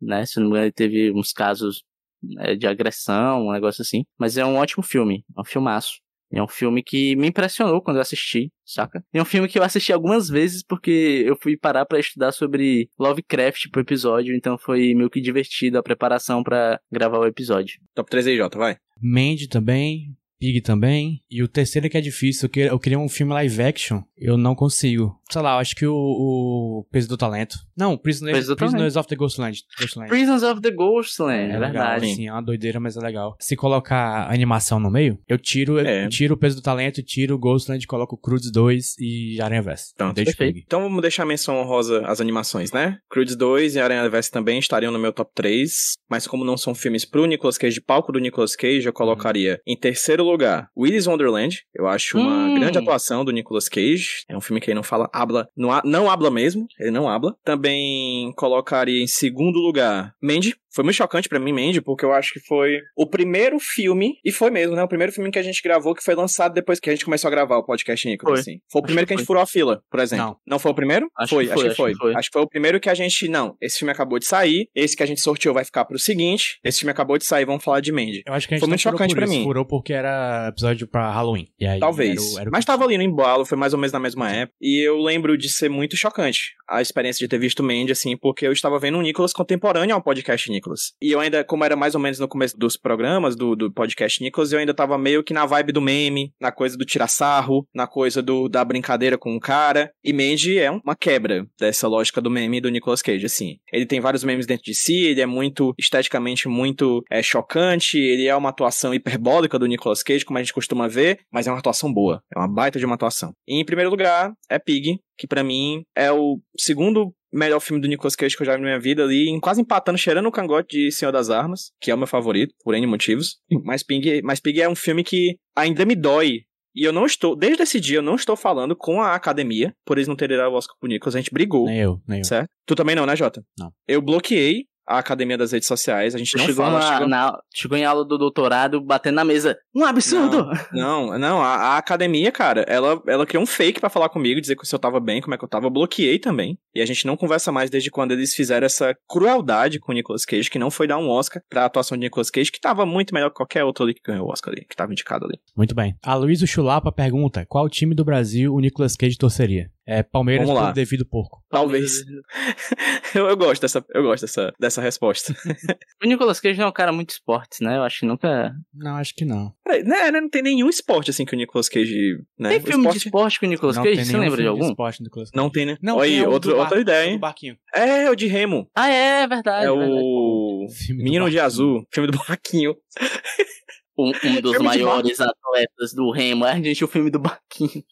F: né? Se eu não me engano, ele teve uns casos né, de agressão, um negócio assim. Mas é um ótimo filme, é um filmaço. É um filme que me impressionou quando eu assisti, saca? E é um filme que eu assisti algumas vezes porque eu fui parar pra estudar sobre Lovecraft pro episódio, então foi meio que divertido a preparação pra gravar o episódio.
G: Top 3 aí, Jota, vai.
E: Mandy também, Pig também. E o terceiro é que é difícil. Eu queria, eu queria um filme live action. Eu não consigo. Sei lá, eu acho que o, o Peso do Talento. Não, Prisoner,
F: Peso do Talento.
E: Prisoners of the Ghostland. Ghostland.
F: Prisons of the Ghostland, é,
E: legal,
F: verdade.
E: assim, é uma doideira, mas é legal. Se colocar animação no meio, eu tiro,
G: É.
E: eu tiro o peso do talento, tiro o Ghostland, coloco o Cruz 2 e Aranha Versa.
G: Pronto,
E: Deixa
F: perfeito.
E: comigo.
G: Então vamos deixar a menção honrosa às animações, né? Crudes 2 e Aranha Versa também estariam no meu top 3, mas como não são filmes pro Nicolas Cage, de palco do Nicolas Cage, eu colocaria em terceiro lugar Willy's Wonderland. Eu acho uma
F: Hum.
G: grande atuação do Nicolas Cage. É um filme que ele não fala, habla, não, ha- não habla mesmo, ele não habla. Também colocaria em segundo lugar Mandy. Foi muito chocante pra mim, Mandy, porque eu acho que foi o primeiro filme, e foi mesmo, né? O primeiro filme que a gente gravou que foi lançado depois que a gente começou a gravar o podcast Nicolas,
F: Foi.
G: assim. Foi o
F: Acho
G: primeiro
F: que
G: que a
F: foi.
G: gente furou a fila, por exemplo.
E: Não.
G: foi o primeiro?
F: Acho
G: foi,
F: que
G: acho que foi. Acho que foi.
F: foi.
G: o primeiro que a gente. Não, esse filme acabou de sair. Esse que a gente sorteou vai ficar pro seguinte. Esse filme acabou de sair, vamos falar de Mandy.
E: Eu acho que a gente
G: Foi
E: não
G: muito
E: furou
G: chocante
E: por
G: pra
E: isso,
G: mim.
E: Furou porque era episódio pra Halloween. E aí
G: Talvez.
E: era o- era o-
G: Mas tá tava ali no embalo, foi mais ou menos na mesma época. E eu lembro de ser muito chocante a experiência de ter visto Mandy, assim, porque eu estava vendo um Nicolas contemporâneo ao podcast Nicolas. E eu ainda, como era mais ou menos no começo dos programas do, do podcast Nicolas, eu ainda tava meio que na vibe do meme, na coisa do tirar sarro, na coisa do, da brincadeira com o cara. E Mandy é uma quebra dessa lógica do meme do Nicolas Cage, assim. Ele tem vários memes dentro de si, ele é muito esteticamente muito é, chocante, ele é uma atuação hiperbólica do Nicolas Cage, como a gente costuma ver, mas é uma atuação boa, é uma baita de uma atuação. E em primeiro lugar, é Pig, que pra mim é o segundo melhor filme do Nicolas Cage que eu já vi na minha vida ali, em- quase empatando, cheirando o cangote de Senhor das Armas, que é o meu favorito, por N motivos. Mas Pig, mas Pig é um filme que ainda me dói e eu não estou, desde esse dia, eu não estou falando com a academia, por eles não terem dado o Oscar pro Nicolas, a gente brigou,
E: Nem eu, nem eu.
G: certo? Tu também não, né, Jota?
E: Não.
G: Eu bloqueei a academia das redes sociais, a gente não
F: chegou,
G: fala...
F: na-
G: chegou-
F: na- chegou em aula do doutorado, batendo na mesa. Um absurdo!
G: Não, não, a, a academia, cara, ela, ela criou um fake pra falar comigo, dizer que se eu tava bem, como é que eu tava, eu bloqueei também. E a gente não conversa mais desde quando eles fizeram essa crueldade com o Nicolas Cage, que não foi dar um Oscar pra atuação de Nicolas Cage, que tava muito melhor que qualquer outro ali que ganhou o Oscar ali, que tava indicado ali.
E: Muito bem. A Luísa Chulapa pergunta: qual time do Brasil o Nicolas Cage torceria? É Palmeiras
G: Vamos lá.
E: pelo devido porco.
G: Talvez. eu, eu gosto dessa, eu gosto dessa, dessa resposta.
F: O Nicolas Cage não é um cara muito esportes, né? Eu acho que nunca.
E: Não, acho que não.
G: É, Né, né, não tem nenhum esporte assim que o Nicolas Cage. Né?
F: Tem
G: O
F: filme
G: esporte
F: de esporte com o Nicolas
E: não
F: Cage? Você
E: nenhum
F: lembra de
E: filme
F: algum?
E: esporte do Nicolas Cage.
G: Não tem, né?
E: Não,
G: Olha aí,
E: tem o do
G: outro-
E: barco,
G: outra ideia,
E: do
G: hein?
E: barquinho.
G: É, o de Remo.
F: Ah, é verdade.
G: é
F: verdade.
G: o.
E: Filme do
G: Menino de
E: barquinho.
G: Azul, filme do Barquinho.
F: Um, um dos
G: Filme de
F: maiores atletas do Remo. É, gente, o filme do Baquinho.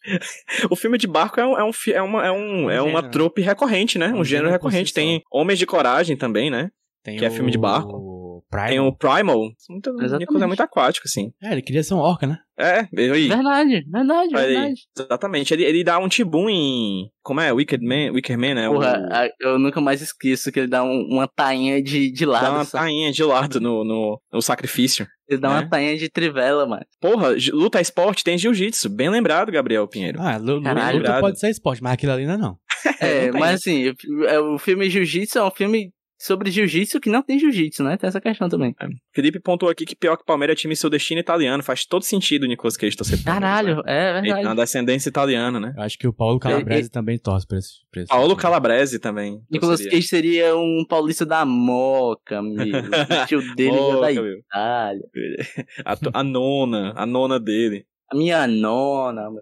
G: O filme de barco é, um, é, um, fi- é uma, é, um, é uma
E: gênero.
G: trope recorrente, né?
E: É um
G: Um, gênero
E: gênero por
G: recorrente.
E: si só.
G: Tem Homens de Coragem também, né?
E: Tem
G: que é filme de barco.
E: O
G: Tem o Primal. Muito,
F: Exatamente.
G: Nicolas é muito aquático, assim.
E: É, ele queria ser um orca, né?
G: É, eu aí.
F: Verdade, verdade,
G: Olha aí.
F: verdade.
G: Exatamente. Ele, ele dá um tibum em. Como é? Wicked Man, Wicker Man, né?
F: Porra,
G: O-
F: a- eu nunca mais esqueço que ele dá um- uma tainha de, de
G: dá
F: lado.
G: uma
F: sabe?
G: tainha de lado no, no, no sacrifício.
F: Ele dá uma
G: né?
F: tainha de trivela, mano.
G: Porra, j- luta é esporte tem jiu-jitsu. Bem lembrado, Gabriel Pinheiro.
E: Ah, lu- lu-
F: Caralho.
E: luta pode ser esporte, mas aquilo ali não é não.
F: É,
G: não tem.
F: mas assim, o- é, o filme Jiu-Jitsu é um filme sobre jiu-jitsu que não tem jiu-jitsu, né? Tem essa questão também.
G: Felipe pontuou aqui que pior que Palmeiras é time sudestino italiano. Faz todo sentido o Nicolas Cage torcer pro Palmeiras, né?
F: Caralho, é
G: Ele tem uma
F: verdade.
G: descendência italiana, né?
E: Eu acho que o Paulo Calabrese também torce pra esse. pra esse
G: Paulo
E: time.
G: Calabrese também.
F: Nicolas
G: torceria.
F: Cage seria um paulista da moca, amigo. O tio dele
G: Ô,
F: já é da
G: Camilo,
F: Itália.
G: a, to- a nona, a nona dele.
F: A minha nona. mano.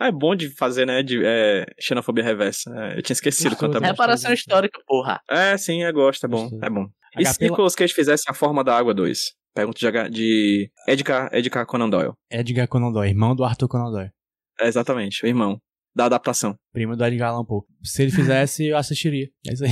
G: Ah, é bom de fazer, né? De, é, xenofobia reversa. É, eu tinha esquecido
F: Ah,
E: Gostoso,
G: quanto é
E: né?
G: bom.
F: Reparação
E: gosto.
F: histórica, porra.
G: É, sim, eu gosto, é bom.
E: Gostoso.
G: É bom.
E: A
G: E se
E: capela-
G: Nicolas Cage fizesse a forma da água 2? Pergunta de, H- de Edgar, Edgar Conan Doyle.
E: Edgar Conan Doyle, irmão do Arthur Conan Doyle.
G: É, exatamente, o irmão. Da adaptação.
E: Primo do Edgar Allan Poe. Se ele fizesse, eu assistiria. É isso aí.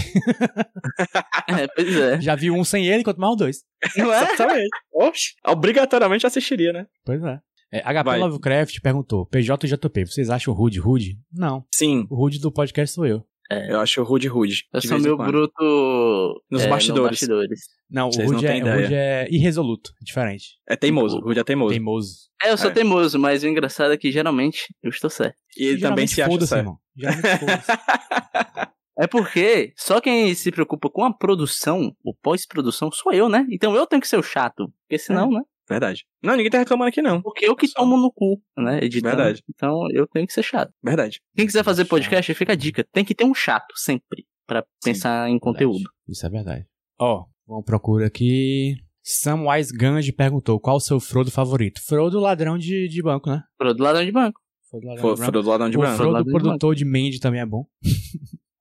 F: É, pois é.
E: Já vi um sem ele, quanto mais o dois.
F: Não é?
G: Exatamente. Oxe. Obrigatoriamente assistiria, né?
E: Pois é. é HP
G: Vai.
E: Lovecraft perguntou: PJ e JP, vocês acham o Rude rude? Não.
G: Sim,
E: O rude do podcast sou eu.
G: eu acho rude rude.
F: Eu
G: de
F: sou
G: vez em
F: meio
G: quando.
F: bruto.
G: Nos
F: é,
G: bastidores.
F: bastidores.
E: Não, o
G: Vocês não
E: rude, é,
G: têm
E: o
G: ideia.
E: rude é irresoluto, é diferente.
G: É teimoso,
F: tipo,
G: rude é teimoso.
E: Teimoso.
F: É, eu sou
G: É.
F: teimoso, mas o engraçado é que geralmente eu estou certo.
G: E ele também
E: Geralmente
G: se acha
E: foda-se,
G: certo.
E: irmão. Geralmente foda-se.
F: É porque só quem se preocupa com a produção, o pós-produção, sou eu, né? Então eu tenho que ser o chato. Porque senão,
G: É.
F: né?
G: Verdade. Não, ninguém tá reclamando aqui, não.
F: Porque eu que
G: Só.
F: tomo no cu, né? Editando.
G: Verdade.
F: Então eu tenho que ser chato.
G: Verdade.
F: Quem quiser fazer
E: Chato.
F: podcast, fica a dica. Tem que ter um chato sempre. Pra pensar em conteúdo.
E: Isso é verdade. Ó, vamos procura aqui. Samwise Ganji perguntou qual o seu Frodo favorito. Frodo ladrão de, de banco, né?
F: Pro do ladrão de banco.
E: Frodo ladrão
G: Fro-
E: de banco.
G: Frodo Ladrão de
E: o
G: Branco.
E: Frodo
F: Ladrão de
E: produtor de Mandy também é bom.
F: Sim.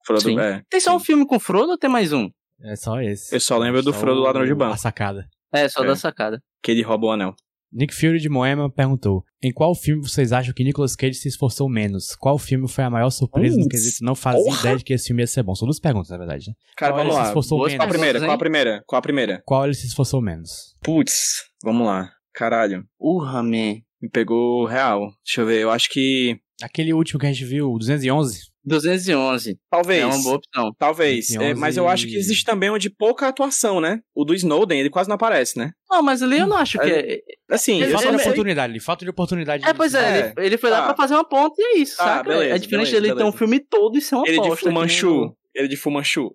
G: Frodo, é.
F: Tem só um filme com Frodo ou tem mais um?
E: É só esse.
G: Eu só lembro do Frodo
E: o-
G: ladrão de banco.
E: A sacada.
F: É, só
G: É.
F: da sacada.
G: Que ele rouba o anel.
E: Nick Fury de Moema perguntou: Em qual filme vocês acham que Nicolas Cage se esforçou menos? Qual filme foi a maior surpresa no
G: Putz,
E: quesito? Não fazia
G: porra!
E: ideia de que esse filme ia ser bom. São duas perguntas, na verdade. Né?
G: Cara,
E: Qual ele
G: vamos
E: se
G: lá. Qual
E: esforçou
F: Boas
E: menos?
G: a primeira? Qual a
F: hein?
G: primeira? Qual a primeira?
E: Qual ele se esforçou menos?
G: Putz, vamos lá. Caralho.
F: Urra, man.
G: Me pegou real. Deixa eu ver. Eu acho que.
E: Aquele último que a gente viu, o 211.
F: 211.
G: Talvez.
F: É uma boa opção.
G: Talvez.
E: Esse
G: É, mas eu
E: 11
G: acho que existe também o de pouca atuação, né? O do Snowden, ele quase não aparece, né?
F: Não, mas ali eu não acho que é.
G: Assim,
F: Ele
G: eu
E: Falta de
F: ele-
G: só lembrei-
E: oportunidade, ele falta de oportunidade. né?
F: É, pois é,
G: É,
F: ele, ele foi lá
G: tá.
F: pra fazer uma ponta e é isso,
G: Tá,
F: saca?
G: beleza,
F: é diferente
G: beleza,
F: ele ter um
G: beleza.
F: filme todo e ser uma
G: Ele de
F: bosta. que nem
G: Fumanchu.
F: o-
G: Ele de Fumanchu.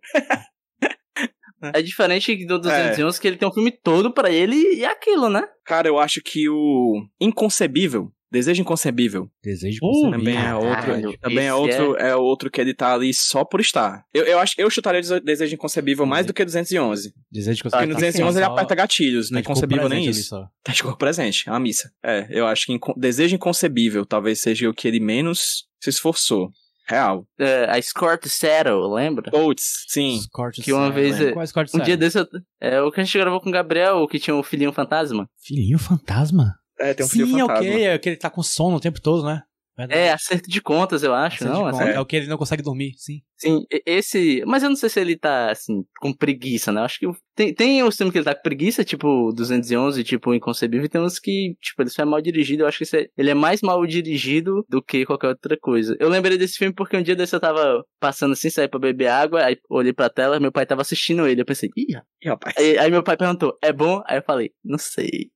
F: É diferente do 211 que ele tem um filme todo pra ele e é aquilo, né?
G: Cara, eu acho que o Inconcebível, Desejo Inconcebível,
E: Desejo
F: Uh,
E: concebido.
G: também é outro,
F: caralho,
G: também é
F: esse
G: outro, é... outro que ele tá ali só por estar. Eu, eu acho, eu chutaria Dese- Desejo Inconcebível mais do que 211.
E: Desejo
G: Porque
E: concebido.
G: no 211 ele aperta gatilhos, não
E: Tá
G: é
E: de cor
G: inconcebível nem
E: presente ali
G: isso.
E: só.
G: Tá de cor presente, é uma missa. É, eu acho que Inco- Desejo Inconcebível talvez seja o que ele menos se esforçou. Real.
F: É, a Escort Settle, lembra?
G: Oates, sim.
E: Scott
F: Que uma
E: Sarah.
F: vez, é,
E: Qual é Scott
F: Um
E: Sarah?
F: dia desse, eu- é o que a gente gravou com o Gabriel, que tinha o filhinho fantasma.
E: Filhinho fantasma?
G: É, tem um
E: Sim,
G: filho
E: é o
G: fantasma.
E: que, é o que ele tá com sono o tempo todo, né? Verdade.
F: É, acerto de contas, eu acho,
E: Acerto de
F: não?
E: conta.
F: Acerto-
E: É o que ele não consegue dormir, sim.
F: Sim, e- esse. Mas eu não sei se ele tá, assim, com preguiça, né? Eu acho que. o- Tem, tem os filmes que ele tá com preguiça, tipo 211, tipo Inconcebível, e tem uns que, tipo, ele só é mal dirigido. Eu acho que esse é- ele é mais mal dirigido do que qualquer outra coisa. Eu lembrei desse filme porque um dia desse eu tava passando assim, saí pra beber água, aí olhei pra tela, meu pai tava assistindo ele. Eu pensei, ih, rapaz."
G: Ih, rapaz.
F: aí, aí meu pai perguntou, é bom? Aí eu falei, não sei.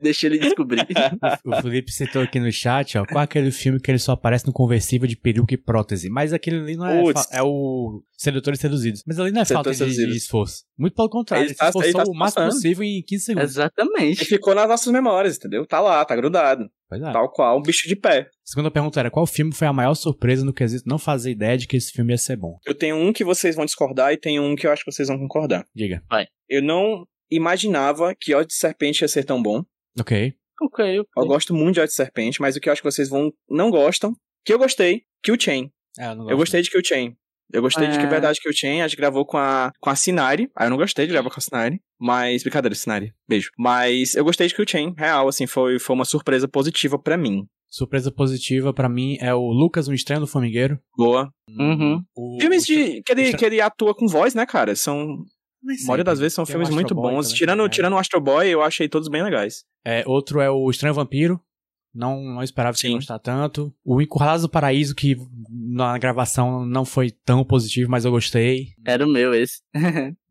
F: Deixa ele descobrir.
E: O Felipe citou aqui no chat, ó, qual é aquele filme que ele só aparece no conversível de peruca e prótese? Mas aquele ali não é.
G: Putz.
E: fa- É o Sedutores Seduzidos. Mas ali não é falta
G: Sedutores
E: de, de
G: Seduzidos.
E: esforço. Muito pelo contrário, ele,
G: Ele tá-
E: se esforçou
G: ele tá
E: o máximo
G: passando.
E: possível em 15 segundos.
G: E
F: Exatamente.
G: ficou nas nossas memórias, entendeu? Tá lá, tá grudado.
E: Pois é.
G: Tal qual um bicho de pé.
E: Segunda pergunta era: qual filme foi a maior surpresa no quesito não fazer ideia de que esse filme ia ser bom?
G: Eu tenho um que vocês vão discordar e tenho um que eu acho que vocês vão concordar.
E: Diga.
G: Eu não imaginava que Ódio de Serpente ia ser tão bom.
E: Ok.
F: Ok,
G: Eu
F: ok.
G: gosto muito de Ódio de Serpente, mas o que eu acho que vocês vão não gostam, que eu gostei, que o Chain.
E: É, não
G: Eu
E: gosto,
G: gostei de que o Chain. Eu gostei de que
F: É.
G: verdade que o Chain, a gente gravou com a com a Sinari. Ah, eu não gostei de gravar com a Sinari, mas brincadeira, Sinari. Beijo. Mas eu gostei de que o Chain, real, assim, foi foi uma surpresa positiva pra mim.
E: Surpresa positiva pra mim é o Lucas, um estranho do formigueiro.
G: Boa.
F: Uhum.
E: O,
G: Filmes
E: o-
G: de que ele, que ele atua com voz, né, cara? São A maioria das vezes são
E: Tem o
G: filmes
E: Astro
G: muito
E: Boy
G: bons.
E: também,
G: tirando,
E: né?
G: tirando o Astro Boy, eu achei todos bem legais.
E: É, outro é o Estranho Vampiro. Não, não esperava que
G: Sim.
E: gostar tanto. O Encurralados do Paraíso, que na gravação não foi tão positivo, mas eu gostei.
F: Era o meu, esse.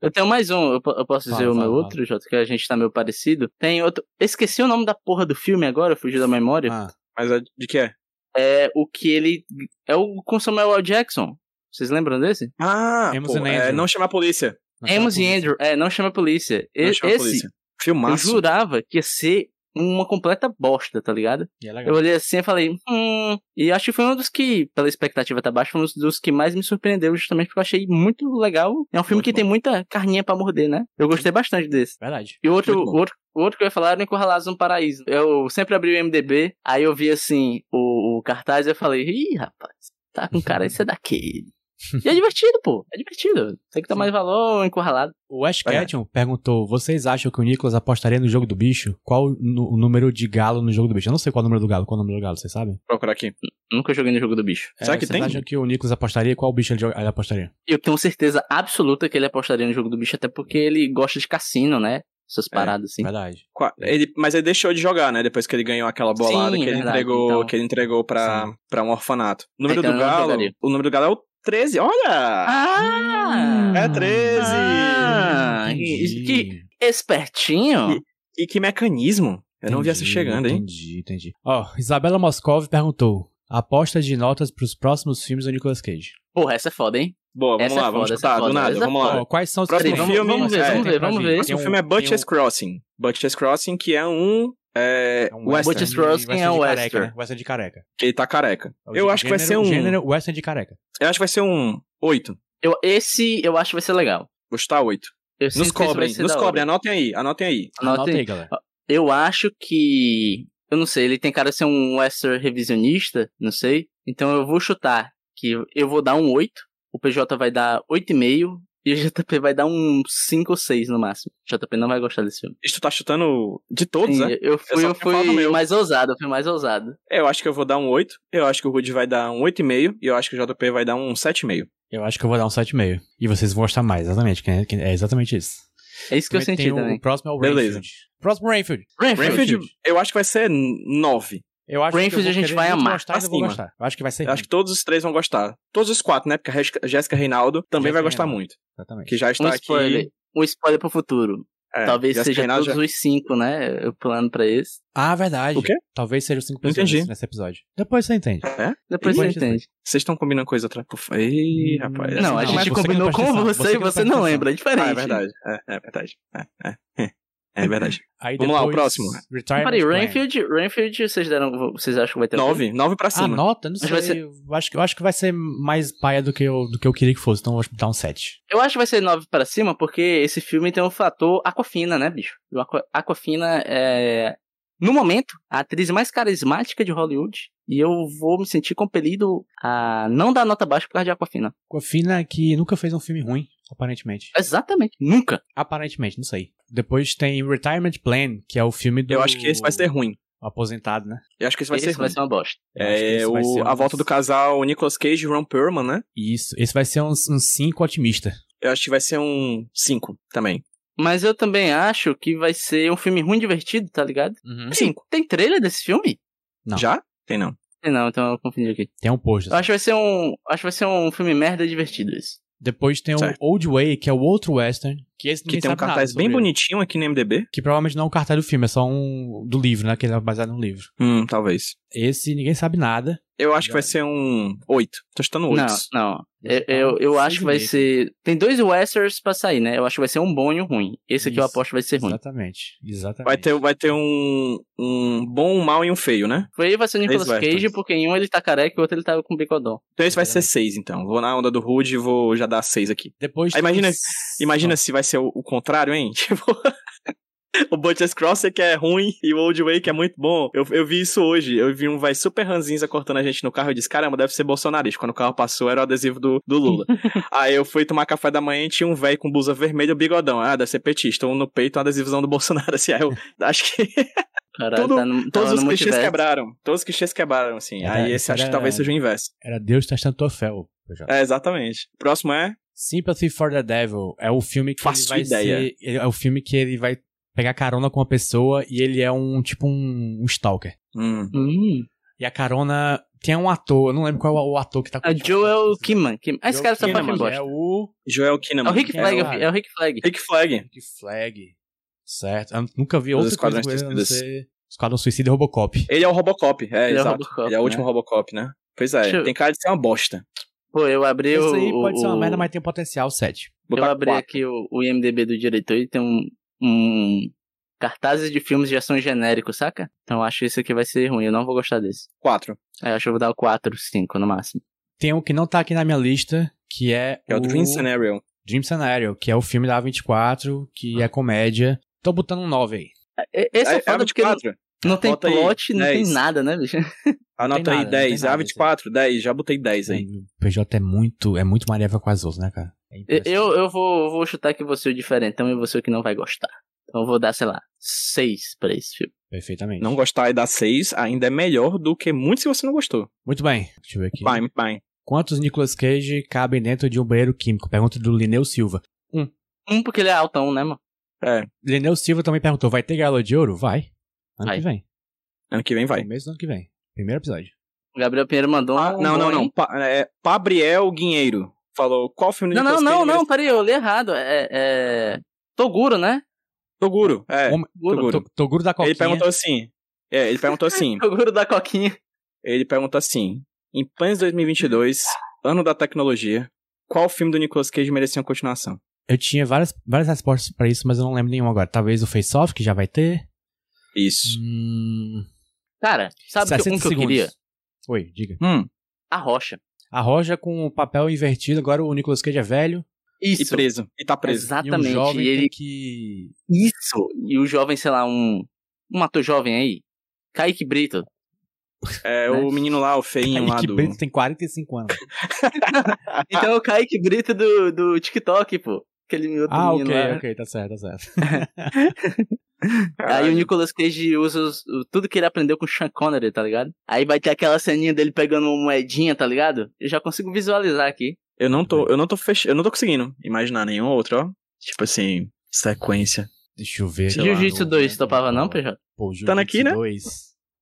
F: eu tenho mais um, eu, po- eu posso
E: Fala,
F: dizer o
E: fala,
F: meu
E: fala.
F: outro, Jota, que a gente tá meio parecido. Tem outro. Esqueci o nome da porra do filme agora, fugiu da memória.
E: Ah,
G: Mas é- de que é?
F: É o que ele. É o com Samuel L. Jackson. Vocês lembram desse?
G: Ah,
E: Amos
G: pô,
E: and
G: é,
E: Andrew.
G: não chama a polícia.
E: na
F: Amos
E: sala
F: e
E: com-
F: Andrew. É, não chama a polícia. E-
G: Não
F: Esse,
G: chama a polícia.
F: eu
G: Filmaço.
F: jurava que ia ser uma completa bosta, tá ligado?
E: E é legal.
F: Eu olhei assim e falei, hum. E acho que foi um dos que, pela expectativa tá baixa, foi um dos que mais me surpreendeu, justamente porque eu achei muito legal. É um filme
G: Muito
F: que
G: bom.
F: tem muita carninha pra morder, né? Eu gostei bastante desse.
E: Verdade.
F: E o outro,
G: Muito
F: o
G: bom.
F: outro, o outro que eu ia falar era o Encurralados no Paraíso. Eu sempre abri o MDB, aí eu vi assim o, o cartaz e eu falei, ih, rapaz, tá com cara de ser daquele. e é divertido, pô. É divertido. Tem que dar mais valor ao encurralado.
E: O Ash
G: Vai lá.
E: Ketchum perguntou: vocês acham que o Nicholas apostaria no jogo do bicho? Qual o nu- o número de galo no jogo do bicho? Eu não sei qual é o número do galo. Qual é o número do galo, vocês sabem?
G: Procurar aqui.
F: Nunca joguei no jogo do bicho.
G: Será
E: É,
G: que
E: vocês
G: tem?
E: acham que o Nicholas apostaria? Qual bicho ele, jo- ele apostaria?
F: Eu tenho certeza absoluta que ele apostaria no jogo do bicho, até porque ele gosta de cassino, né?
G: É.
F: Essas paradas,
G: Hum.
F: assim.
E: Verdade.
G: Qua- Ele, mas ele deixou de jogar, né? Depois que ele ganhou aquela bolada
F: Sim,
G: que, ele
F: verdade,
G: entregou,
F: então.
G: que ele entregou pra, pra um orfanato. O número
F: Então
G: do
F: eu não
G: Galo.
F: jogaria.
G: O número do Galo é o 13. Olha!
F: Ah!
G: é 13!
F: Ah,
E: Entendi.
F: que espertinho.
G: E que mecanismo! Eu não vi essa
E: Entendi,
G: chegando, hein?
E: Entendi, entendi. Ó, Isabela Moscov perguntou: aposta de notas pros próximos filmes do Nicolas Cage.
F: Porra, essa é foda, hein?
G: Boa, vamos
F: Essa é
G: lá, vamos
F: foda,
G: chutar,
F: essa é
G: do
F: foda,
G: nada,
F: essa é
G: vamos lá.
E: Ó, quais são os
G: Próximo
E: próximos
G: filme,
E: filmes?
G: vamos ver,
E: É,
G: vamos
E: tem
F: ver,
E: pra
F: vamos
E: gente.
F: ver.
E: Tem
G: O próximo
E: um-
G: filme é
E: tem
G: Butcher's Crossing. Butcher's Crossing, que é um. É,
E: um- é um
G: western.
F: Butcher's Crossing
E: de-
F: é um
E: de careca,
F: western.
E: né? Western de careca.
G: Ele tá careca.
E: É o
G: Eu
E: gê-
G: acho que vai
E: gênero-
G: ser um-
E: Gênero western de careca.
G: Eu acho que vai ser um 8.
F: Eu, esse eu acho que vai ser legal.
G: Vou chutar 8.
F: Eu sinto
G: Nos
F: que isso vai
G: cobrem,
F: ser
G: nos
F: da hora.
G: cobrem, anotem aí, anotem aí.
F: Anota
E: Anota
F: aí.
E: aí, galera.
F: Eu acho que. Eu não sei, ele tem cara de ser um western revisionista, não sei. Então eu vou chutar que eu vou dar um 8, o PJ vai dar 8,5 e o JP vai dar um 5 ou 6 no máximo. O JP não vai gostar desse filme.
G: Isso tu tá chutando de todos,
F: Sim, é.
G: né?
F: eu fui,
G: só
F: eu
G: tinha falado o
F: fui
G: meu.
F: mais ousado, eu fui mais ousado.
G: Eu acho que eu vou dar um 8. Eu acho que o Rudy vai dar um 8,5. E eu acho que o JP vai dar um 7,5.
E: Eu acho que eu vou dar um 7,5. E vocês vão gostar mais, exatamente. que é- que É exatamente isso.
F: É isso que eu
E: Também
F: senti
E: tem o-
F: também. Um
E: O próximo é o
G: Beleza.
E: Rainfield. Próximo Rainfield.
F: Renfield.
G: Renfield, eu acho que vai ser 9.
E: Eu acho
F: Rainfield
E: que eu vou
F: a gente
E: querer
F: vai
E: muito
F: amar.
E: Gostar, e eu vou
G: Acima.
E: gostar. Eu acho que vai ser.
G: Eu acho que todos os três vão gostar. Todos os quatro, né? Porque a Res- Jéssica Reinaldo também
E: Jéssica
G: vai gostar
E: Reinaldo.
G: muito.
E: Exatamente.
G: Que já
F: Um
G: está
F: spoiler.
G: aqui.
F: Um spoiler pro futuro.
G: É,
F: Talvez
G: Jéssica
F: seja
G: Reinaldo
F: todos os cinco, né? Eu plano pra esse.
E: Ah, verdade.
G: O quê?
E: Talvez sejam cinco
G: Não
E: pessoas
G: entendi.
E: nesse- nesse episódio. Depois você entende.
G: já- É?
F: Depois
E: Ih,
F: você
E: gente.
F: entende.
G: Vocês estão combinando coisa atrás. Ih, rapaz.
E: Não,
G: essa
F: Não, a
E: não,
F: gente
E: é você que
F: combinou
E: não presta
F: com
E: atenção, você que
F: você e
E: não
F: você
E: presta atenção.
F: não lembra. É diferente.
G: Ah, é verdade. É, é verdade. É, é, é. É verdade.
E: Aí
G: Vamos lá, o
E: depois,
G: próximo.
E: Retirement
F: Peraí,
E: Plan.
F: Renfield, Renfield, vocês deram. Vocês acham que vai ter. um alguém?
G: 9. 9 pra
E: Ah,
G: cima.
E: nota? Não sei.
F: Acho que vai ser-
E: Eu, acho, que- eu acho que vai ser mais paia do que eu, do que eu queria que fosse. Então eu vou dar um 7.
F: Eu acho que vai ser 9 pra cima, porque esse filme tem um fator Aquafina, né, bicho? E o Aqua- Aquafina é, no momento, a atriz mais carismática de Hollywood. E eu vou me sentir compelido a não dar nota baixa por causa de Aquafina.
E: Cofina que nunca fez um filme ruim, aparentemente.
F: Exatamente. Nunca.
E: Aparentemente, não sei. Depois tem Retirement Plan, que é o filme do.
G: eu acho que esse vai ser ruim.
E: Aposentado, né?
G: Eu acho que esse vai
F: Esse
G: ser
F: vai
G: ruim.
F: ser uma bosta.
E: Eu acho que
G: É,
E: esse vai
G: o-
E: ser
G: a
E: um-
G: volta do casal Nicolas Cage e Ron Perlman, né?
E: Isso. Esse vai ser um 5 otimista.
G: Eu acho que vai ser um 5 também.
F: Mas eu também acho que vai ser um filme ruim divertido, tá ligado? Sim. Tem trailer desse filme?
E: Não.
G: Já? Tem não.
F: Tem Não, então eu confundi aqui.
E: Tem um post.
F: Eu acho que vai ser um. Acho que vai ser um filme merda divertido esse.
E: Depois tem
G: Certo.
E: o Old Way, que é o outro western. Que, esse
G: Que
E: ninguém
G: tem um
E: sabe nada
G: cartaz
E: sobre
G: bem
E: ele.
G: bonitinho aqui no MDB.
E: Que provavelmente não é um cartaz do filme, é só um do livro, né? Que ele é baseado num livro.
G: Hum, talvez.
E: Esse ninguém sabe nada.
G: Eu acho que vai
E: Já.
G: ser um 8. Tô chutando 8.
F: Não, não. Eu,
E: Esse tá
F: eu, eu
E: um
F: acho que vai
E: seis
F: ser. Tem dois westerns pra sair, né? Eu acho que vai ser um bom e um ruim. Esse aqui eu
E: Isso.
F: aposto que vai ser ruim.
E: Exatamente. Exatamente.
G: Vai ter, vai ter um, um bom, um mal e um feio, né?
F: Por aí vai ser o Nicolas
G: Três
F: Cage,
G: westerns.
F: porque em um ele tá careca e o outro ele tá com bicodão.
G: Então esse vai ser
E: Exatamente.
G: 6, então. Vou na onda do Rude e vou já dar 6 aqui.
E: Depois.
G: Aí imagina-
E: tem-
G: Imagina
E: Ó,
G: se vai ser o, o contrário, hein? Tipo. O Butcher's Crosser que é ruim e o Old Way que é muito bom. Eu, eu vi isso hoje. Eu vi um vai super ranzinza cortando a gente no carro. Eu disse, caramba, deve ser bolsonarista. Quando o carro passou, era o adesivo do, do Lula. Aí eu fui tomar café da manhã e tinha um velho com blusa vermelha e bigodão. Ah, deve ser petista. Um no peito, um adesivozão do Bolsonaro. Assim, aí eu acho que
F: Caralho,
G: Tudo-
F: tá no,
G: todos
F: tá
G: os
F: no
G: clichês
F: multiverso.
G: quebraram. Todos os clichês quebraram, assim.
E: Era-
G: aí esse acho que
E: era-
G: talvez seja o inverso.
E: Era Deus testando tua fé, ô PJ.
G: É, exatamente. Próximo é
E: Sympathy for the Devil é o filme que
G: Faço
E: ele vai
G: ideia.
E: ser. ele- É o filme que ele vai pegar carona com uma pessoa e ele é um tipo um, um stalker.
G: Hum.
F: Hum.
E: E a carona tem um ator, eu não lembro qual é o ator que tá
F: A Joel Kimman. Kim... Ah, esse
E: Joel
F: cara só faz
E: Kinnaman,
F: filme
E: É
F: bosta.
E: o
G: Joel Kinnaman.
F: É o
E: é
F: Rick
E: o
F: Flag,
E: cara.
F: é o Rick Flag.
G: Rick Flag.
E: Rick Flag. Certo. Eu nunca vi outra coisa
G: Esquadrões
E: com ele, a não
G: Suicidas.
E: ser Esquadrão Suicida e Robocop.
G: Ele é o Robocop, é,
F: Ele é o
G: exato.
F: Robocop,
G: ele é o último Robocop, né? Pois é,
F: Deixa eu-
G: tem cara de ser uma bosta.
F: Pô, eu abri o.
E: Esse aí
F: o-
E: pode ser uma
F: o-
E: merda, mas tem um potencial 7.
F: Eu
G: Botar
F: abri
G: quatro.
F: aqui o, o IMDB do diretor e tem um, um. Cartazes de filmes de ação genérico, saca? Então eu acho que isso aqui vai ser ruim, eu não vou gostar desse.
G: quatro.
F: É, eu acho que eu vou dar o 4, 5 no máximo.
E: Tem um que não tá aqui na minha lista, que é,
G: É o Dream Scenario.
E: Dream Scenario, que é o filme da A24, que
G: Ah.
E: é comédia. Tô botando um 9 aí.
F: É- Esse é,
G: a,
F: foda porque não,
G: A24.
F: não tem
G: Bota aí,
F: plot, não tem
G: 10.
F: nada, né, bicho?
G: Anota
E: tem
G: aí é
E: nada, não tem
G: 10.
E: nada,
G: A24, 10. Já botei 10 aí.
E: O PJ é muito, é muito mareva com as outras, né, cara? É
F: Eu,
E: impressionante.
F: eu, eu vou, vou chutar que você é o diferentão e você é o que não vai gostar. Então eu vou dar, sei lá, 6 pra esse filme.
E: Perfeitamente.
G: Não gostar e dar 6 ainda é melhor do que muito se você não gostou.
E: Muito bem. Deixa eu ver aqui.
G: Bem, bem.
E: Quantos Nicolas Cage cabem dentro de um banheiro químico? Pergunta do Lineu Silva.
F: Um porque ele é altão, né, mano?
E: Lineu Silva também perguntou: vai ter galo de ouro? Vai. Ano
F: Vai.
E: que vem.
G: Ano que vem vai.
E: Começo do ano que vem. Primeiro episódio.
F: O Gabriel Pinheiro mandou um. um
G: Ah, não,
F: bom,
G: não, não.
F: hein?
G: Pa, é, Pabriel Guinheiro falou qual filme é do
F: Não, não,
G: Nicolas
F: não,
G: Cage
F: não,
G: merece-
F: peraí, eu li errado. É. é... Toguro, né?
G: Toguro, é.
E: Homem-
G: Toguro.
E: To- Toguro da Coquinha.
G: Ele perguntou assim. É, ele perguntou assim.
F: Toguro da Coquinha.
G: ele perguntou assim: em Pans 2022, ano da tecnologia, qual filme do Nicolas Cage merecia uma continuação?
E: Eu tinha várias, várias respostas pra isso, mas eu não lembro nenhuma agora. Talvez o Face Off, que já vai ter.
G: Isso.
E: Hum,
F: Cara, sabe que,
E: 60
F: um que eu
E: segundos.
F: queria?
E: Oi, diga.
G: Hum.
F: A Rocha.
E: A Roja com o papel invertido, agora o Nicolas Cage é velho.
G: E
F: Isso.
G: preso. E tá preso.
E: E
F: Exatamente.
E: um jovem
F: E ele-
E: tem que.
F: Isso. E o jovem, sei lá, um. Um ator jovem aí. Kaique Brito.
G: É o menino lá, o feinho lá
E: Kaique
G: do.
E: Brito tem 45 anos.
F: Então é o Kaique Brito do, do TikTok, pô. Aquele outro
E: ah,
F: menino
E: ok,
F: lá.
E: ok, tá certo, tá certo.
F: Aí
G: Caralho.
F: o Nicolas Cage usa os- o- tudo que ele aprendeu com o Sean Connery, tá ligado? Aí vai ter aquela ceninha dele pegando uma moedinha, tá ligado? Eu já consigo visualizar aqui.
G: Eu não tô, eu não tô fech... eu não tô conseguindo imaginar nenhum outro, ó. Tipo assim, sequência.
E: Deixa eu ver.
G: Sei lá,
F: Jiu-Jitsu 2,
E: é
F: topava não,
E: PJ?
F: PJ?
E: Pô, Jiu-Jitsu
G: Tá aqui, né?
E: 2,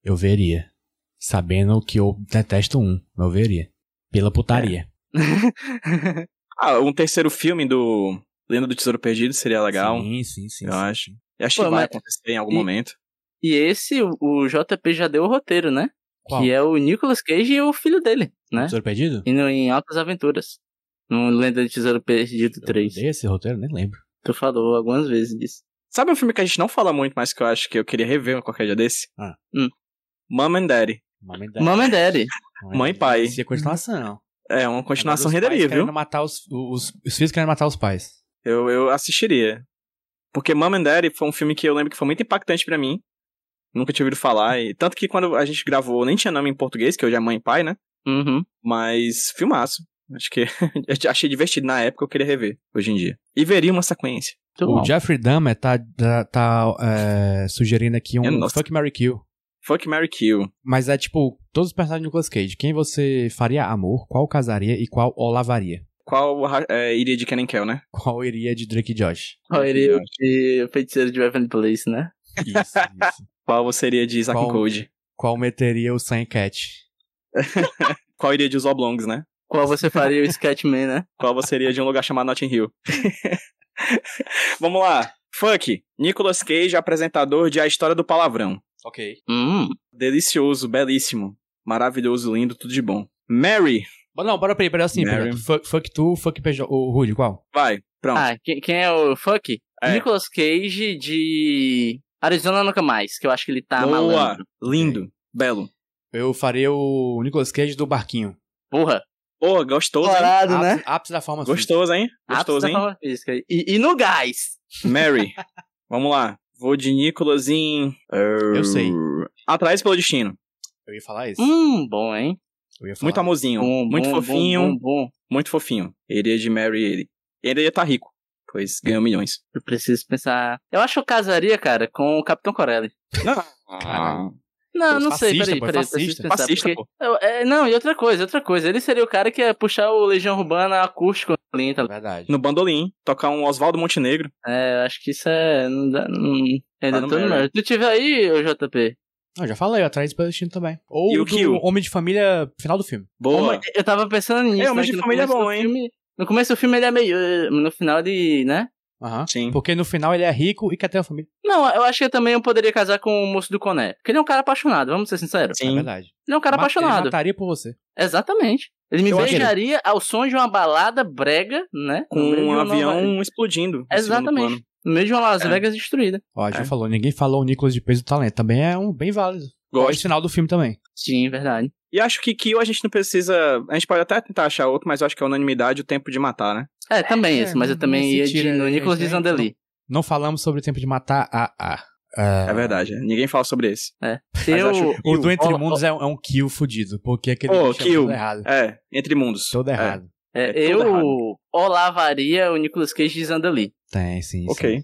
E: eu veria. Sabendo que eu detesto um, eu veria. Pela putaria.
G: Ah, um terceiro filme do Lenda do Tesouro Perdido seria legal.
E: Sim, sim, sim.
G: eu
E: sim.
G: acho. Eu acho
F: Pô,
G: que vai
F: mas-
G: acontecer em algum
F: E-
G: momento.
F: E esse, o- o JP já deu o roteiro, né?
E: Qual?
F: Que é o Nicolas Cage e o filho dele, né?
E: Tesouro Perdido?
F: E no, em Altas Aventuras. No Lenda de Tesouro Perdido
E: Eu
F: 3.
E: odeio esse roteiro, nem lembro.
F: Tu falou algumas vezes disso.
G: Sabe um filme que a gente não fala muito, mas que eu acho que eu queria rever qualquer dia desse?
E: Ah.
F: Hum.
G: Mom and Daddy.
E: Mama and Daddy.
F: Mama and Daddy.
G: Mãe e pai.
E: Isso é continuação.
G: É, uma continuação
E: Agora os pais é
G: renderia, viu?
E: Querendo matar os, os, os filhos querendo matar os pais.
G: Eu, eu assistiria. Porque Mom and Daddy foi um filme que eu lembro que foi muito impactante pra mim. Nunca tinha ouvido falar. E, tanto que quando a gente gravou, nem tinha nome em português, que hoje é Mãe e Pai, né?
F: Uhum.
G: Mas filmaço. Acho que eu achei divertido na época, eu queria rever hoje em dia. E veria uma sequência.
F: Tudo
E: o
F: bom.
E: Jeffrey Dahmer tá, tá, tá, é, sugerindo aqui
G: Eu
E: um
G: não sei.
E: Fuck Mary Kill.
G: Fuck Mary Kill.
E: Mas é tipo, todos os personagens do Nicolas Cage. Quem você faria amor, qual casaria e qual olavaria?
G: Qual ra- é, iria de Ken and Kel, né?
E: Qual iria de Drake e Josh?
F: Olha, e o feiticeiro de Beverly Place, né?
E: Isso, isso.
G: Qual você iria de Isaac
E: Qual-
G: and Code?
E: Qual meteria o Sam Cat?
G: Qual iria de Os Oblongs, né?
F: Qual você faria o Sketchman, né?
G: Qual você iria de um lugar chamado Notting Hill? Vamos lá. Fuck. Nicolas Cage, apresentador de A História do Palavrão.
E: Ok.
F: Hum.
G: Delicioso, belíssimo, maravilhoso, lindo, tudo de bom. Mary,
E: Não, bora peraí, peraí assim,
G: Mary.
E: peraí. Fuck, fuck tu, fuck PJ. O Rudy, qual?
G: vai, pronto.
F: Ah, quem, quem é o Fuck?
G: É.
F: Nicolas Cage de Arizona Nunca Mais, que eu acho que ele tá
G: Boa,
F: malandro.
G: lindo, belo.
E: Eu faria o Nicolas Cage do Barquinho.
F: Porra.
G: Pô, gostoso, hein?
F: Colorado, né?
E: Ápice- Ápice da forma
G: Gostoso,
F: Ah,
G: hein? Gostoso,
F: Ápice da
G: hein?
F: forma física. E, e no gás.
G: Mary, vamos lá. Vou de Nicolas em...
E: Eu sei.
G: Atrás pelo destino.
E: Eu ia falar isso.
F: Hum, bom, hein?
E: Eu ia falar.
G: Muito amorzinho,
F: Bom,
G: muito
F: bom,
G: fofinho,
F: Bom, bom, bom.
G: muito fofinho. Ele é de Mary, ele. Ele ia tá rico, pois ganhou milhões.
F: Eu preciso pensar. Eu acho que eu casaria, cara, com o Capitão Corelli.
G: Não.
E: Caralho.
F: Não,
E: Pô,
F: não sei,
E: fascista,
F: peraí,
E: pô, é
F: peraí.
E: fascista.
F: deixa eu pensar,
G: Fascista,
F: porque- Eu- é, não, e outra coisa, outra coisa. Ele seria o cara que ia puxar o Legião Urbana acústico ali, tá?
E: é Verdade.
G: No bandolim, tocar um Oswaldo Montenegro.
F: É, eu acho que isso é. Não dá, não, ainda
G: no
F: tô no
G: Mary.
F: mérito. Tu tiver aí, ô JP?
E: Não, já falei, atrás do destino também. Ou
G: E o
E: do
G: Kill?
E: Homem de Família, final do filme.
G: Boa.
F: Homem- Eu tava pensando nisso.
G: É, Homem
F: né,
G: de
F: que no
G: Família é
F: começo
G: bom,
F: do
G: hein?
F: filme- No começo do filme ele é meio. eh, No final ele, né?
E: Aham.
G: Sim.
E: Porque no final ele é rico e quer ter uma família.
F: Não, eu acho que eu também eu poderia casar com o moço do Coné. Porque ele é um cara apaixonado, vamos ser sinceros.
E: É
G: Sim.
E: verdade.
F: Ele é um cara
E: Mata- Ele
F: apaixonado.
G: tá.
E: mataria por você.
F: Exatamente. Ele me
E: Eu acho que ele-
F: beijaria ao som de uma balada brega, né?
G: Com
F: No meio de
G: um
F: uma
G: avião
F: nova-
G: explodindo. no segundo plano.
F: Exatamente. No meio de uma Las
G: É.
F: Vegas destruída.
E: Ó, a gente
G: É.
E: falou, ninguém falou o Nicolas de peso do talento. Também é um bem válido. Ó, esse
G: Gosto.
E: final do filme também.
F: Sim, verdade.
G: E acho que Kill a gente não precisa. A gente pode até tentar achar outro, mas eu acho que é unanimidade o tempo de matar, né?
F: É, também
E: É,
F: isso, mas eu também
E: nesse
F: ia de
E: tiro
F: no
E: aí,
F: Nicolas de
G: então.
E: né,
F: Zandeli.
E: Não falamos sobre o tempo de matar a. a.
G: É verdade. né? Ninguém fala sobre esse. Mas
F: Eu,
G: acho que
E: O do Entre
F: ó,
E: Mundos é, um- é um kill fudido, porque aquele
G: Ô,
E: bicho é
G: kill.
E: todo errado.
G: É, entre mundos.
E: Todo
G: É.
E: errado.
F: é,
G: é tudo
F: eu
G: errado.
F: olavaria o Nicolas Cage de Zandeli.
E: Tem, sim.
G: Ok.
E: sim.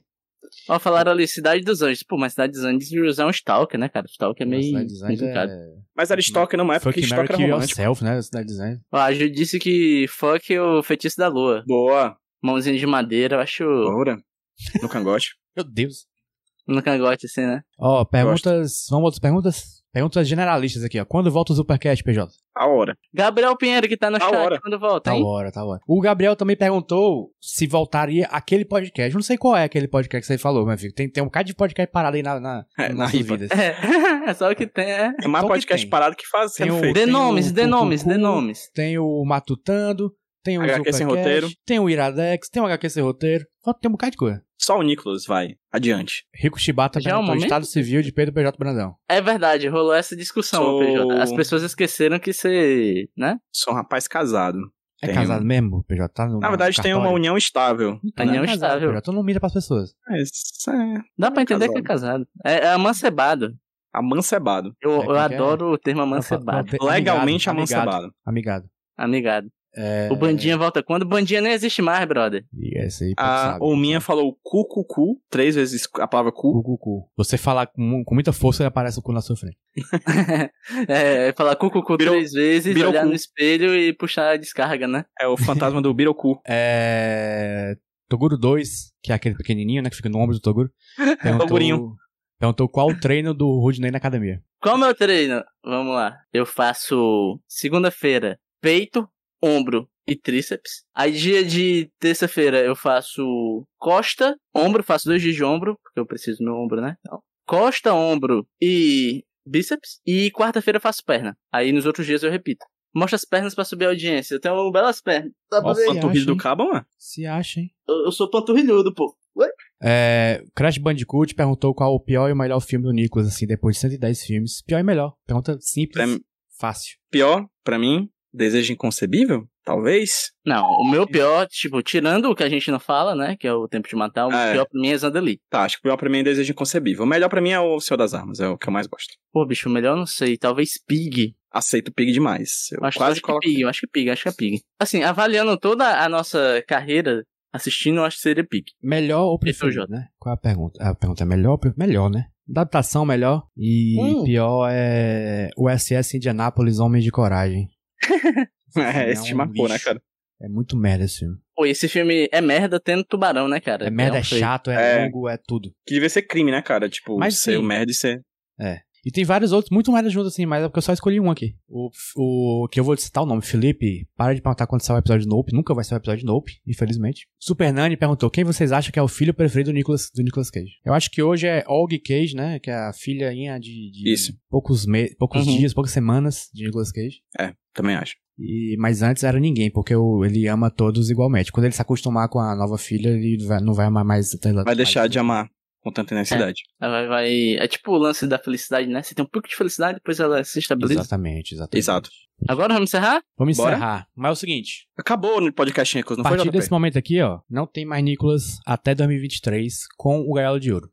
F: Ó, falaram ali Cidade dos Anjos. Pô, mas Cidade dos Anjos usar um Stalker, né, cara? Stalker é meio
E: Cidade Design
F: complicado.
E: é...
G: Mas Aristóquio não é porque
E: Fuck
G: Aristóquio
E: Mary Kill
G: era romântico.
E: Yourself, né? Cidade Design.
F: Ó, a Ju disse que fuck o Feitiço da Lua.
G: Boa.
F: Mãozinha de madeira, eu acho...
G: Ora. No cangote.
E: Meu Deus.
F: No cangote, assim, né?
E: Ó, perguntas. Vamos outras perguntas? Perguntas generalistas aqui, ó. Quando volta o Supercast, PJ?
G: A hora.
F: Gabriel Pinheiro, que tá no
G: Da
F: chat
G: hora.
F: quando volta,
E: Tá
F: hein?
E: hora, tá hora. O Gabriel também perguntou se voltaria aquele podcast. Eu não sei qual é aquele podcast que você falou, meu filho. Tem, tem um bocado de podcast parado aí na, na,
G: É,
E: nas
G: na
E: nossas
G: riba.
E: vidas.
F: É, é só o que tem, é.
G: É mais
E: Então,
G: podcast
E: que tem?
G: parado que faz
E: Tem
G: sendo
E: o-
G: feito.
F: Dê nomes, dê
E: o
F: nomes, dê
E: Cucu.
F: nomes.
E: Tem o Matutando, tem o
G: HQ sem
E: Supercast,
G: roteiro.
E: tem o Iradex, tem o HQ sem roteiro. Só tem um bocado de coisa.
G: Só o Nicolas, vai. Adiante.
E: Rico Chibata
G: um
F: Já é o
E: perguntou
F: momento?
E: Estado Civil de Pedro PJ Brandão.
F: É verdade, rolou essa discussão,
G: Sou-
F: PJ. As pessoas esqueceram que você, né?
G: Sou um rapaz casado.
E: É
G: Tem. um-
E: casado mesmo, PJ? Tá no,
G: Na verdade, tem uma
E: cartório?
G: união né? estável.
F: Tá união
E: É casado,
F: estável.
E: PJ. Tu não mira pras pessoas.
G: Mas é
F: Dá pra entender que é casado. É, é amancebado.
G: amancebado.
F: Eu,
E: É, como
F: eu
E: é que é?
F: adoro o termo
E: Não,
F: amancebado.
E: tem-
G: Legalmente
E: amigado,
G: amancebado.
E: Amigado. amigado.
F: Amigado.
E: É...
F: O bandinha volta quando? O bandinha nem existe mais, brother.
E: E essa aí,
G: A
E: Tá sabe.
G: Olminha falou cu, cu, cu. Três vezes a palavra cu.
E: Cu, cu, cu. Você falar com, mu- com muita força, ele aparece o cu na sua frente.
F: É, falar cucucu
G: Virou-
F: três vezes,
G: virou
F: olhar
G: cu.
F: no espelho e puxar a descarga, né?
G: É o fantasma do Biroku.
E: É... Toguro 2, que é aquele pequenininho, né? Que fica no ombro do Toguro. Perguntou...
G: Togurinho.
E: Perguntou qual o treino do Rudney na academia.
F: Qual é o meu treino? Vamos lá. Eu faço segunda-feira peito, ombro e tríceps. Aí dia de terça-feira eu faço costa, ombro, faço dois dias de ombro, porque eu preciso do meu ombro, né? Então, costa, ombro e bíceps. E quarta-feira eu faço perna. Aí nos outros dias eu repito. Mostra as pernas pra subir a audiência. Eu tenho belas pernas. Dá pra
E: Nossa.
F: ver?
G: Panturrilho
E: acha, hein?
G: do Cabo, é mano.
E: Se acha, hein?
F: Tá Eu, eu sou panturrilhudo, pô.
E: É... Crash Bandicoot perguntou qual o pior e o melhor filme do Nicolas, assim, depois de 110 filmes. Pior e melhor. Pergunta
G: Pra
E: simples,
G: mim-
E: fácil.
G: Pior, pra mim, desejo inconcebível, talvez.
F: Não, o meu pior, tipo, tirando o que a gente não fala, né? Que é o tempo de matar, o
G: Ah, é.
F: pior pra mim é Zandeli.
G: Tá, acho que o pior pra mim é desejo inconcebível. O melhor pra mim é o Senhor das Armas, é o que eu mais gosto.
F: Pô, bicho, melhor eu não sei. Talvez Pig.
G: Aceito Pig demais. Eu
F: Eu acho,
G: quase
F: acho
G: coloco.
F: que é Pig, eu acho que Pig, acho que é Pig. Assim, avaliando toda a nossa carreira assistindo, eu acho que seria Pig.
E: Melhor ou
F: Esse é o
E: preferido, né? Qual é a pergunta? A pergunta é melhor ou pre- Melhor, né? Adaptação melhor e
F: Hum.
E: pior é o SS Indianápolis Homem de Coragem.
G: É, esse te
E: um
G: marcou, né,
E: lixo.
G: cara?
E: É muito merda esse filme.
F: Pô, esse filme é merda tendo tubarão, né, cara?
E: É merda, é
F: um feio.
E: chato, é,
G: É.
E: longo, é tudo.
G: Que devia ser crime, né, cara? Tipo,
E: Mas
G: ser
E: sim.
G: o merda e ser.
E: E tem vários outros muito merda juntos assim, mas é porque eu só escolhi um aqui. O, o que eu vou citar o nome, Felipe, para de perguntar quando sai o episódio de Nope, nunca vai sair o episódio de Nope, infelizmente. Super Nani perguntou, quem vocês acham que é o filho preferido do Nicolas, do Nicolas Cage? Eu acho que hoje é Og Cage, né, que é a filhainha de, de
G: Isso.
E: poucos, me poucos
F: Uhum.
E: dias, poucas semanas de Nicolas Cage.
G: É, também acho.
E: E, mas antes era ninguém, porque o- ele ama todos igualmente. Quando ele se acostumar com a nova filha, ele vai- não vai amar mais.
G: Vai deixar de amar com tanta
E: É.
G: intensidade.
F: Ela Vai, vai- É tipo o lance da felicidade, né? Você tem um pouco de felicidade, depois ela se estabiliza.
E: Exatamente, exatamente.
G: Exato.
F: Agora vamos encerrar?
E: Vamos
G: Bora?
E: encerrar. Mas é o seguinte:
G: Acabou no podcast Nicolas,
E: a
G: não foi,
E: partir
G: JP?
E: desse momento aqui, ó, não tem mais Nicolas até 2023 com o Gaiola de Ouro.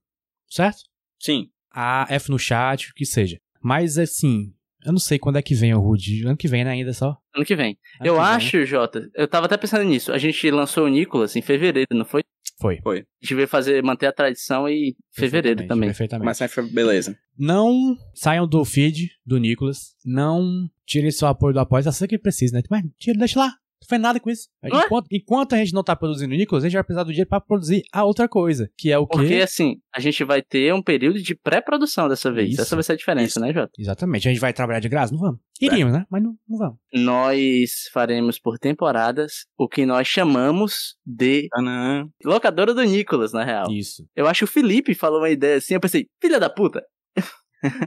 E: Certo?
G: Sim.
E: A F no chat, o que seja. Mas assim, eu não sei quando é que vem o Rude. Ano que vem, né? Ainda só.
F: Ano que vem.
E: Ano
F: eu
E: que vem.
F: acho, Jota, eu tava até pensando nisso. A gente lançou o Nicolas em fevereiro, não foi?
E: Foi.
F: A gente veio fazer, manter a tradição e fevereiro
E: Perfeitamente,
F: também.
E: Perfeitamente.
G: Mas sempre foi beleza.
E: Não saiam do feed do Nicolas. Não tirem seu apoio do apoio. Eu sei que precisa, né? Mas tira, deixa lá. Não fez nada com isso. A gente-
F: Ué?
E: enquanto, enquanto a gente não tá produzindo o Nicolas, a gente vai precisar do dinheiro pra produzir a outra coisa. Que é o
F: Porque,
E: quê?
F: assim, a gente vai ter um período de pré-produção dessa vez.
E: Isso.
F: Essa vai ser a diferença, né, Jota?
E: Exatamente. A gente vai trabalhar de graça? Não vamos. Iríamos, né? Mas não, não vamos.
F: Nós faremos por temporadas o que nós chamamos de
G: Tanã.
F: locadora do Nicolas, na real.
E: Isso.
F: Eu acho que o Felipe falou uma ideia assim, eu pensei, filha da puta!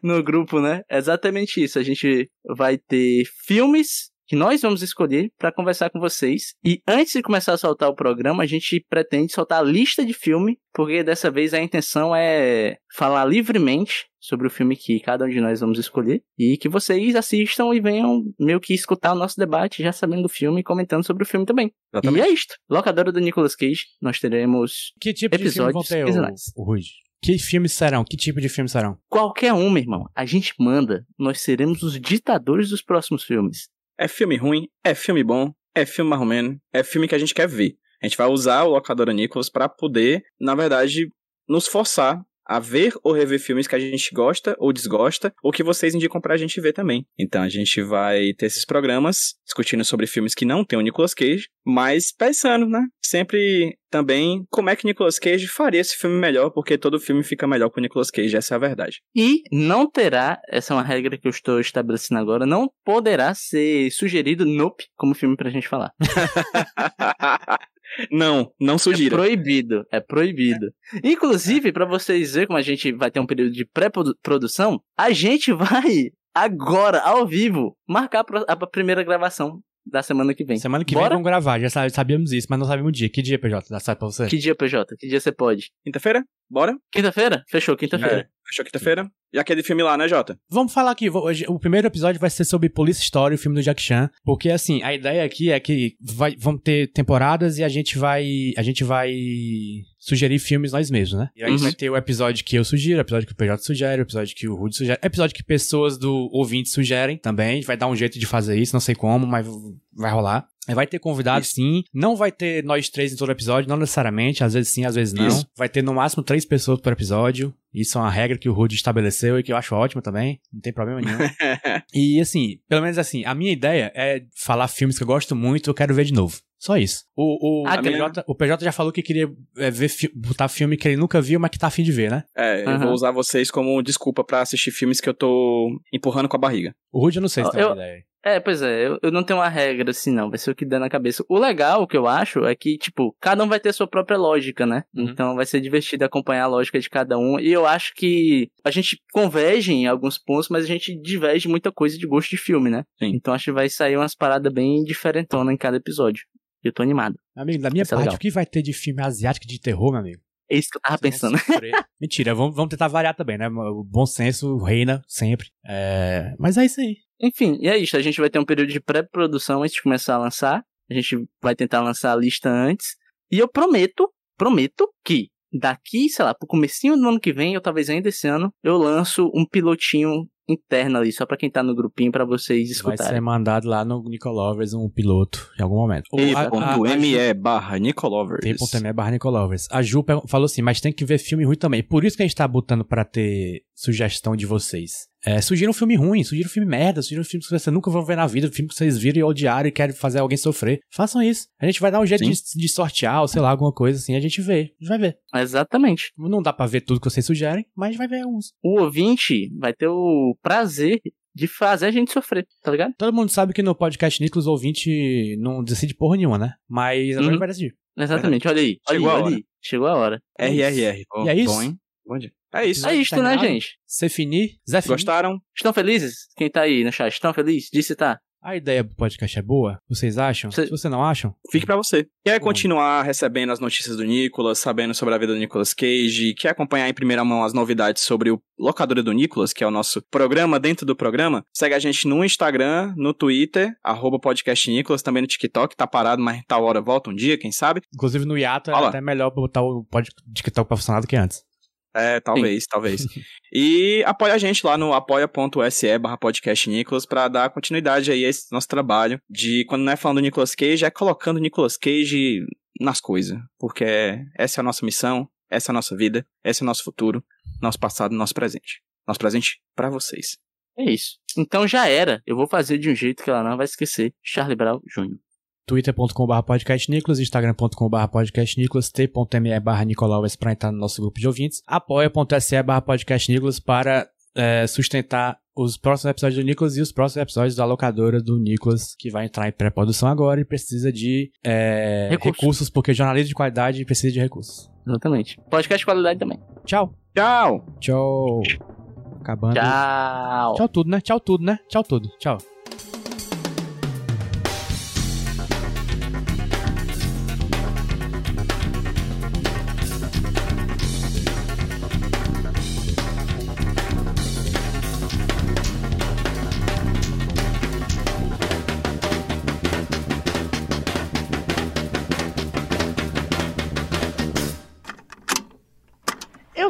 F: no grupo, né? É exatamente isso. A gente vai ter filmes que nós vamos escolher pra conversar com vocês. E antes de começar a soltar o programa, a gente pretende soltar a lista de filme, porque dessa vez a intenção é falar livremente sobre o filme que cada um de nós vamos escolher e que vocês assistam e venham meio que escutar o nosso debate já sabendo do filme e comentando sobre o filme também. E
G: Exatamente.
F: é isto. Locadora do Nicolas Cage, nós teremos
E: Que tipo de filme vão
F: Episódios
E: ter,
F: quinzenais.
E: o, o Rude? Que filmes serão? Que tipo de filmes serão?
F: Qualquer um, meu irmão. A gente manda. Nós seremos os ditadores dos próximos filmes.
G: É filme ruim, é filme bom, é filme marromeno, é filme que a gente quer ver. A gente vai usar o Locadora Nicolas pra poder, na verdade, nos forçar a ver ou rever filmes que a gente gosta ou desgosta, ou que vocês indicam pra gente ver também. Então a gente vai ter esses programas discutindo sobre filmes que não tem o Nicolas Cage, mas pensando, né? Sempre também como é que Nicolas Cage faria esse filme melhor, porque todo filme fica melhor com o Nicolas Cage, essa é a verdade.
F: E não terá, essa é uma regra que eu estou estabelecendo agora, não poderá ser sugerido Nope como filme pra gente falar.
G: não, não
F: É
G: sugira.
F: proibido, é proibido. Inclusive, pra vocês verem como a gente vai ter um período de pré-produção, a gente vai agora, ao vivo, marcar a pro- a primeira gravação da semana que vem.
E: Semana que
F: Bora?
E: vem vamos gravar. Já sa- sabíamos isso, mas não sabíamos o dia. Que dia, PJ? Dá certo pra você?
F: Que dia, PJ? Que dia você pode?
G: Quinta-feira? Bora?
F: Quinta-feira? Fechou, quinta-feira.
G: É, Fechou quinta-feira? E aquele filme lá, né, Jota?
E: Vamos falar aqui, vou- hoje- o primeiro episódio vai ser sobre Police Story, o filme do Jack Chan, porque assim, a ideia aqui é que vai, vamos ter temporadas e a gente vai a gente vai sugerir filmes nós mesmos, né? E aí
F: Uhum.
E: vai ter o episódio que eu sugiro, o episódio que o PJ sugere, o episódio que o Rude sugere, o episódio que pessoas do ouvinte sugerem também, a gente vai dar um jeito de fazer isso, não sei como, mas vai rolar. Aí Vai ter convidados, sim. Não vai ter nós três em todo episódio, não necessariamente. Às vezes sim, às vezes não.
G: Isso.
E: Vai ter no máximo três pessoas por episódio. Isso é uma regra que o Rude estabeleceu e que eu acho ótima também. Não tem problema nenhum. E assim, pelo menos assim, a minha ideia é falar filmes que eu gosto muito, eu quero ver de novo. Só isso. O, o,
F: Ah,
E: o PJ, o PJ já falou que queria é, ver fi- botar filme que ele nunca viu, mas que tá afim de ver, né?
G: É, eu
F: Aham.
G: vou usar vocês como desculpa pra assistir filmes que eu tô empurrando com a barriga.
E: O Rude eu não sei se
F: Ah,
E: tem uma
F: eu-
E: ideia.
F: É, pois é, eu, eu não tenho uma regra assim, não. Vai ser o que der na cabeça. O legal que eu acho é que, tipo, cada um vai ter sua própria lógica, né?
G: Uhum.
F: Então vai ser divertido acompanhar a lógica de cada um. E eu acho que a gente converge em alguns pontos, mas a gente diverge em muita coisa de gosto de filme, né?
G: Sim.
F: Então acho que vai sair umas paradas bem diferentonas em cada episódio. E eu tô animado.
E: Amigo, da minha
F: Vai ser
E: parte,
F: é legal.
E: o que vai ter de filme asiático de terror, meu amigo?
F: É isso que eu tava
E: Vocês vão
F: pensando.
E: sofrer. Mentira, vamos, vamos tentar variar também, né? O bom senso reina sempre. É, Mas é isso aí.
F: Enfim, e é isso. A gente vai ter um período de pré-produção antes de começar a lançar. A gente vai tentar lançar a lista antes. E eu prometo, prometo que daqui, sei lá, pro comecinho do ano que vem, ou talvez ainda esse ano, eu lanço um pilotinho interno ali, só pra quem tá no grupinho, pra
E: Vai
F: vocês
E: ser
F: escutarem.
E: mandado lá no Nicolovers um piloto em algum momento. Ou a- a- a-
G: T.me barra Nicolovers.
E: T.me barra Nicolovers. A Ju pe- falou assim, mas tem que ver filme ruim também. Por isso que a gente tá botando pra ter sugestão de vocês. É, sugira um filme ruim, sugira um filme merda, sugira um filme que vocês nunca vão ver na vida, um filme que vocês viram e odiaram e querem fazer alguém sofrer. Façam isso. A gente vai dar um jeito de, de sortear, ou sei lá, alguma coisa assim, a gente vê. A gente vai ver.
F: Exatamente.
E: Não dá pra ver tudo que vocês sugerem, mas a gente vai ver uns.
F: O ouvinte vai ter o prazer de fazer a gente sofrer, tá ligado?
E: Todo mundo sabe que no podcast Nicolas o ouvinte não decide porra nenhuma, né? Mas agora
F: Uhum.
E: ele vai decidir.
F: Exatamente, olha aí. Olha
G: Chegou
F: aí,
G: a
F: olha
G: hora.
F: aí. Chegou a hora.
G: RRR. Oh,
E: E é isso?
G: Bom, hein? Bom dia. É isso.
F: É isto, né,
E: terminado?
F: gente?
E: Você finir, Zé Fini,
G: Gostaram?
F: Estão felizes? Quem tá aí no chat, estão felizes? Disse tá.
E: A ideia do podcast é boa? Vocês acham?
F: Cê-
E: Se você não acham,
G: Fique pra você. Quer
E: Bom.
G: continuar recebendo as notícias do Nicolas, sabendo sobre a vida do Nicolas Cage? Quer acompanhar em primeira mão as novidades sobre o Locadora do Nicolas, que é o nosso programa dentro do programa? Segue a gente no Instagram, no Twitter, arroba podcast Nicolas, também no TikTok, tá parado, mas tal hora volta um dia, quem sabe?
E: Inclusive no hiato é
G: Fala.
E: até melhor botar o pod- TikTok pra funcionar do que antes.
G: É, talvez, talvez. E apoia a gente lá no apoia.se barra podcast Nicolas pra dar continuidade aí a esse nosso trabalho de, quando não é falando do Nicolas Cage, é colocando o Nicolas Cage nas coisas. Porque essa é a nossa missão, essa é a nossa vida, esse é o nosso futuro, nosso passado, nosso presente. Nosso presente pra vocês.
F: É isso. Então já era. Eu vou fazer de um jeito que ela não vai esquecer. Charlie Brown Jr.
E: twitter.com.br podcastnicolas, instagram.com.br podcastnicolas, t.me barra Nicolau S pra entrar no nosso grupo de ouvintes, apoia.se barra podcastnicolas para é, sustentar os próximos episódios do Nicolas e os próximos episódios da locadora do Nicolas, que vai entrar em pré-produção agora e precisa de é,
F: Recursos.
E: recursos, porque jornalismo de qualidade precisa de recursos.
F: Exatamente. Podcast de qualidade também.
E: Tchau.
G: Tchau!
E: Tchau. Acabando.
F: Tchau.
E: Tchau tudo, né? Tchau tudo, né? Tchau tudo. Tchau.
D: Eu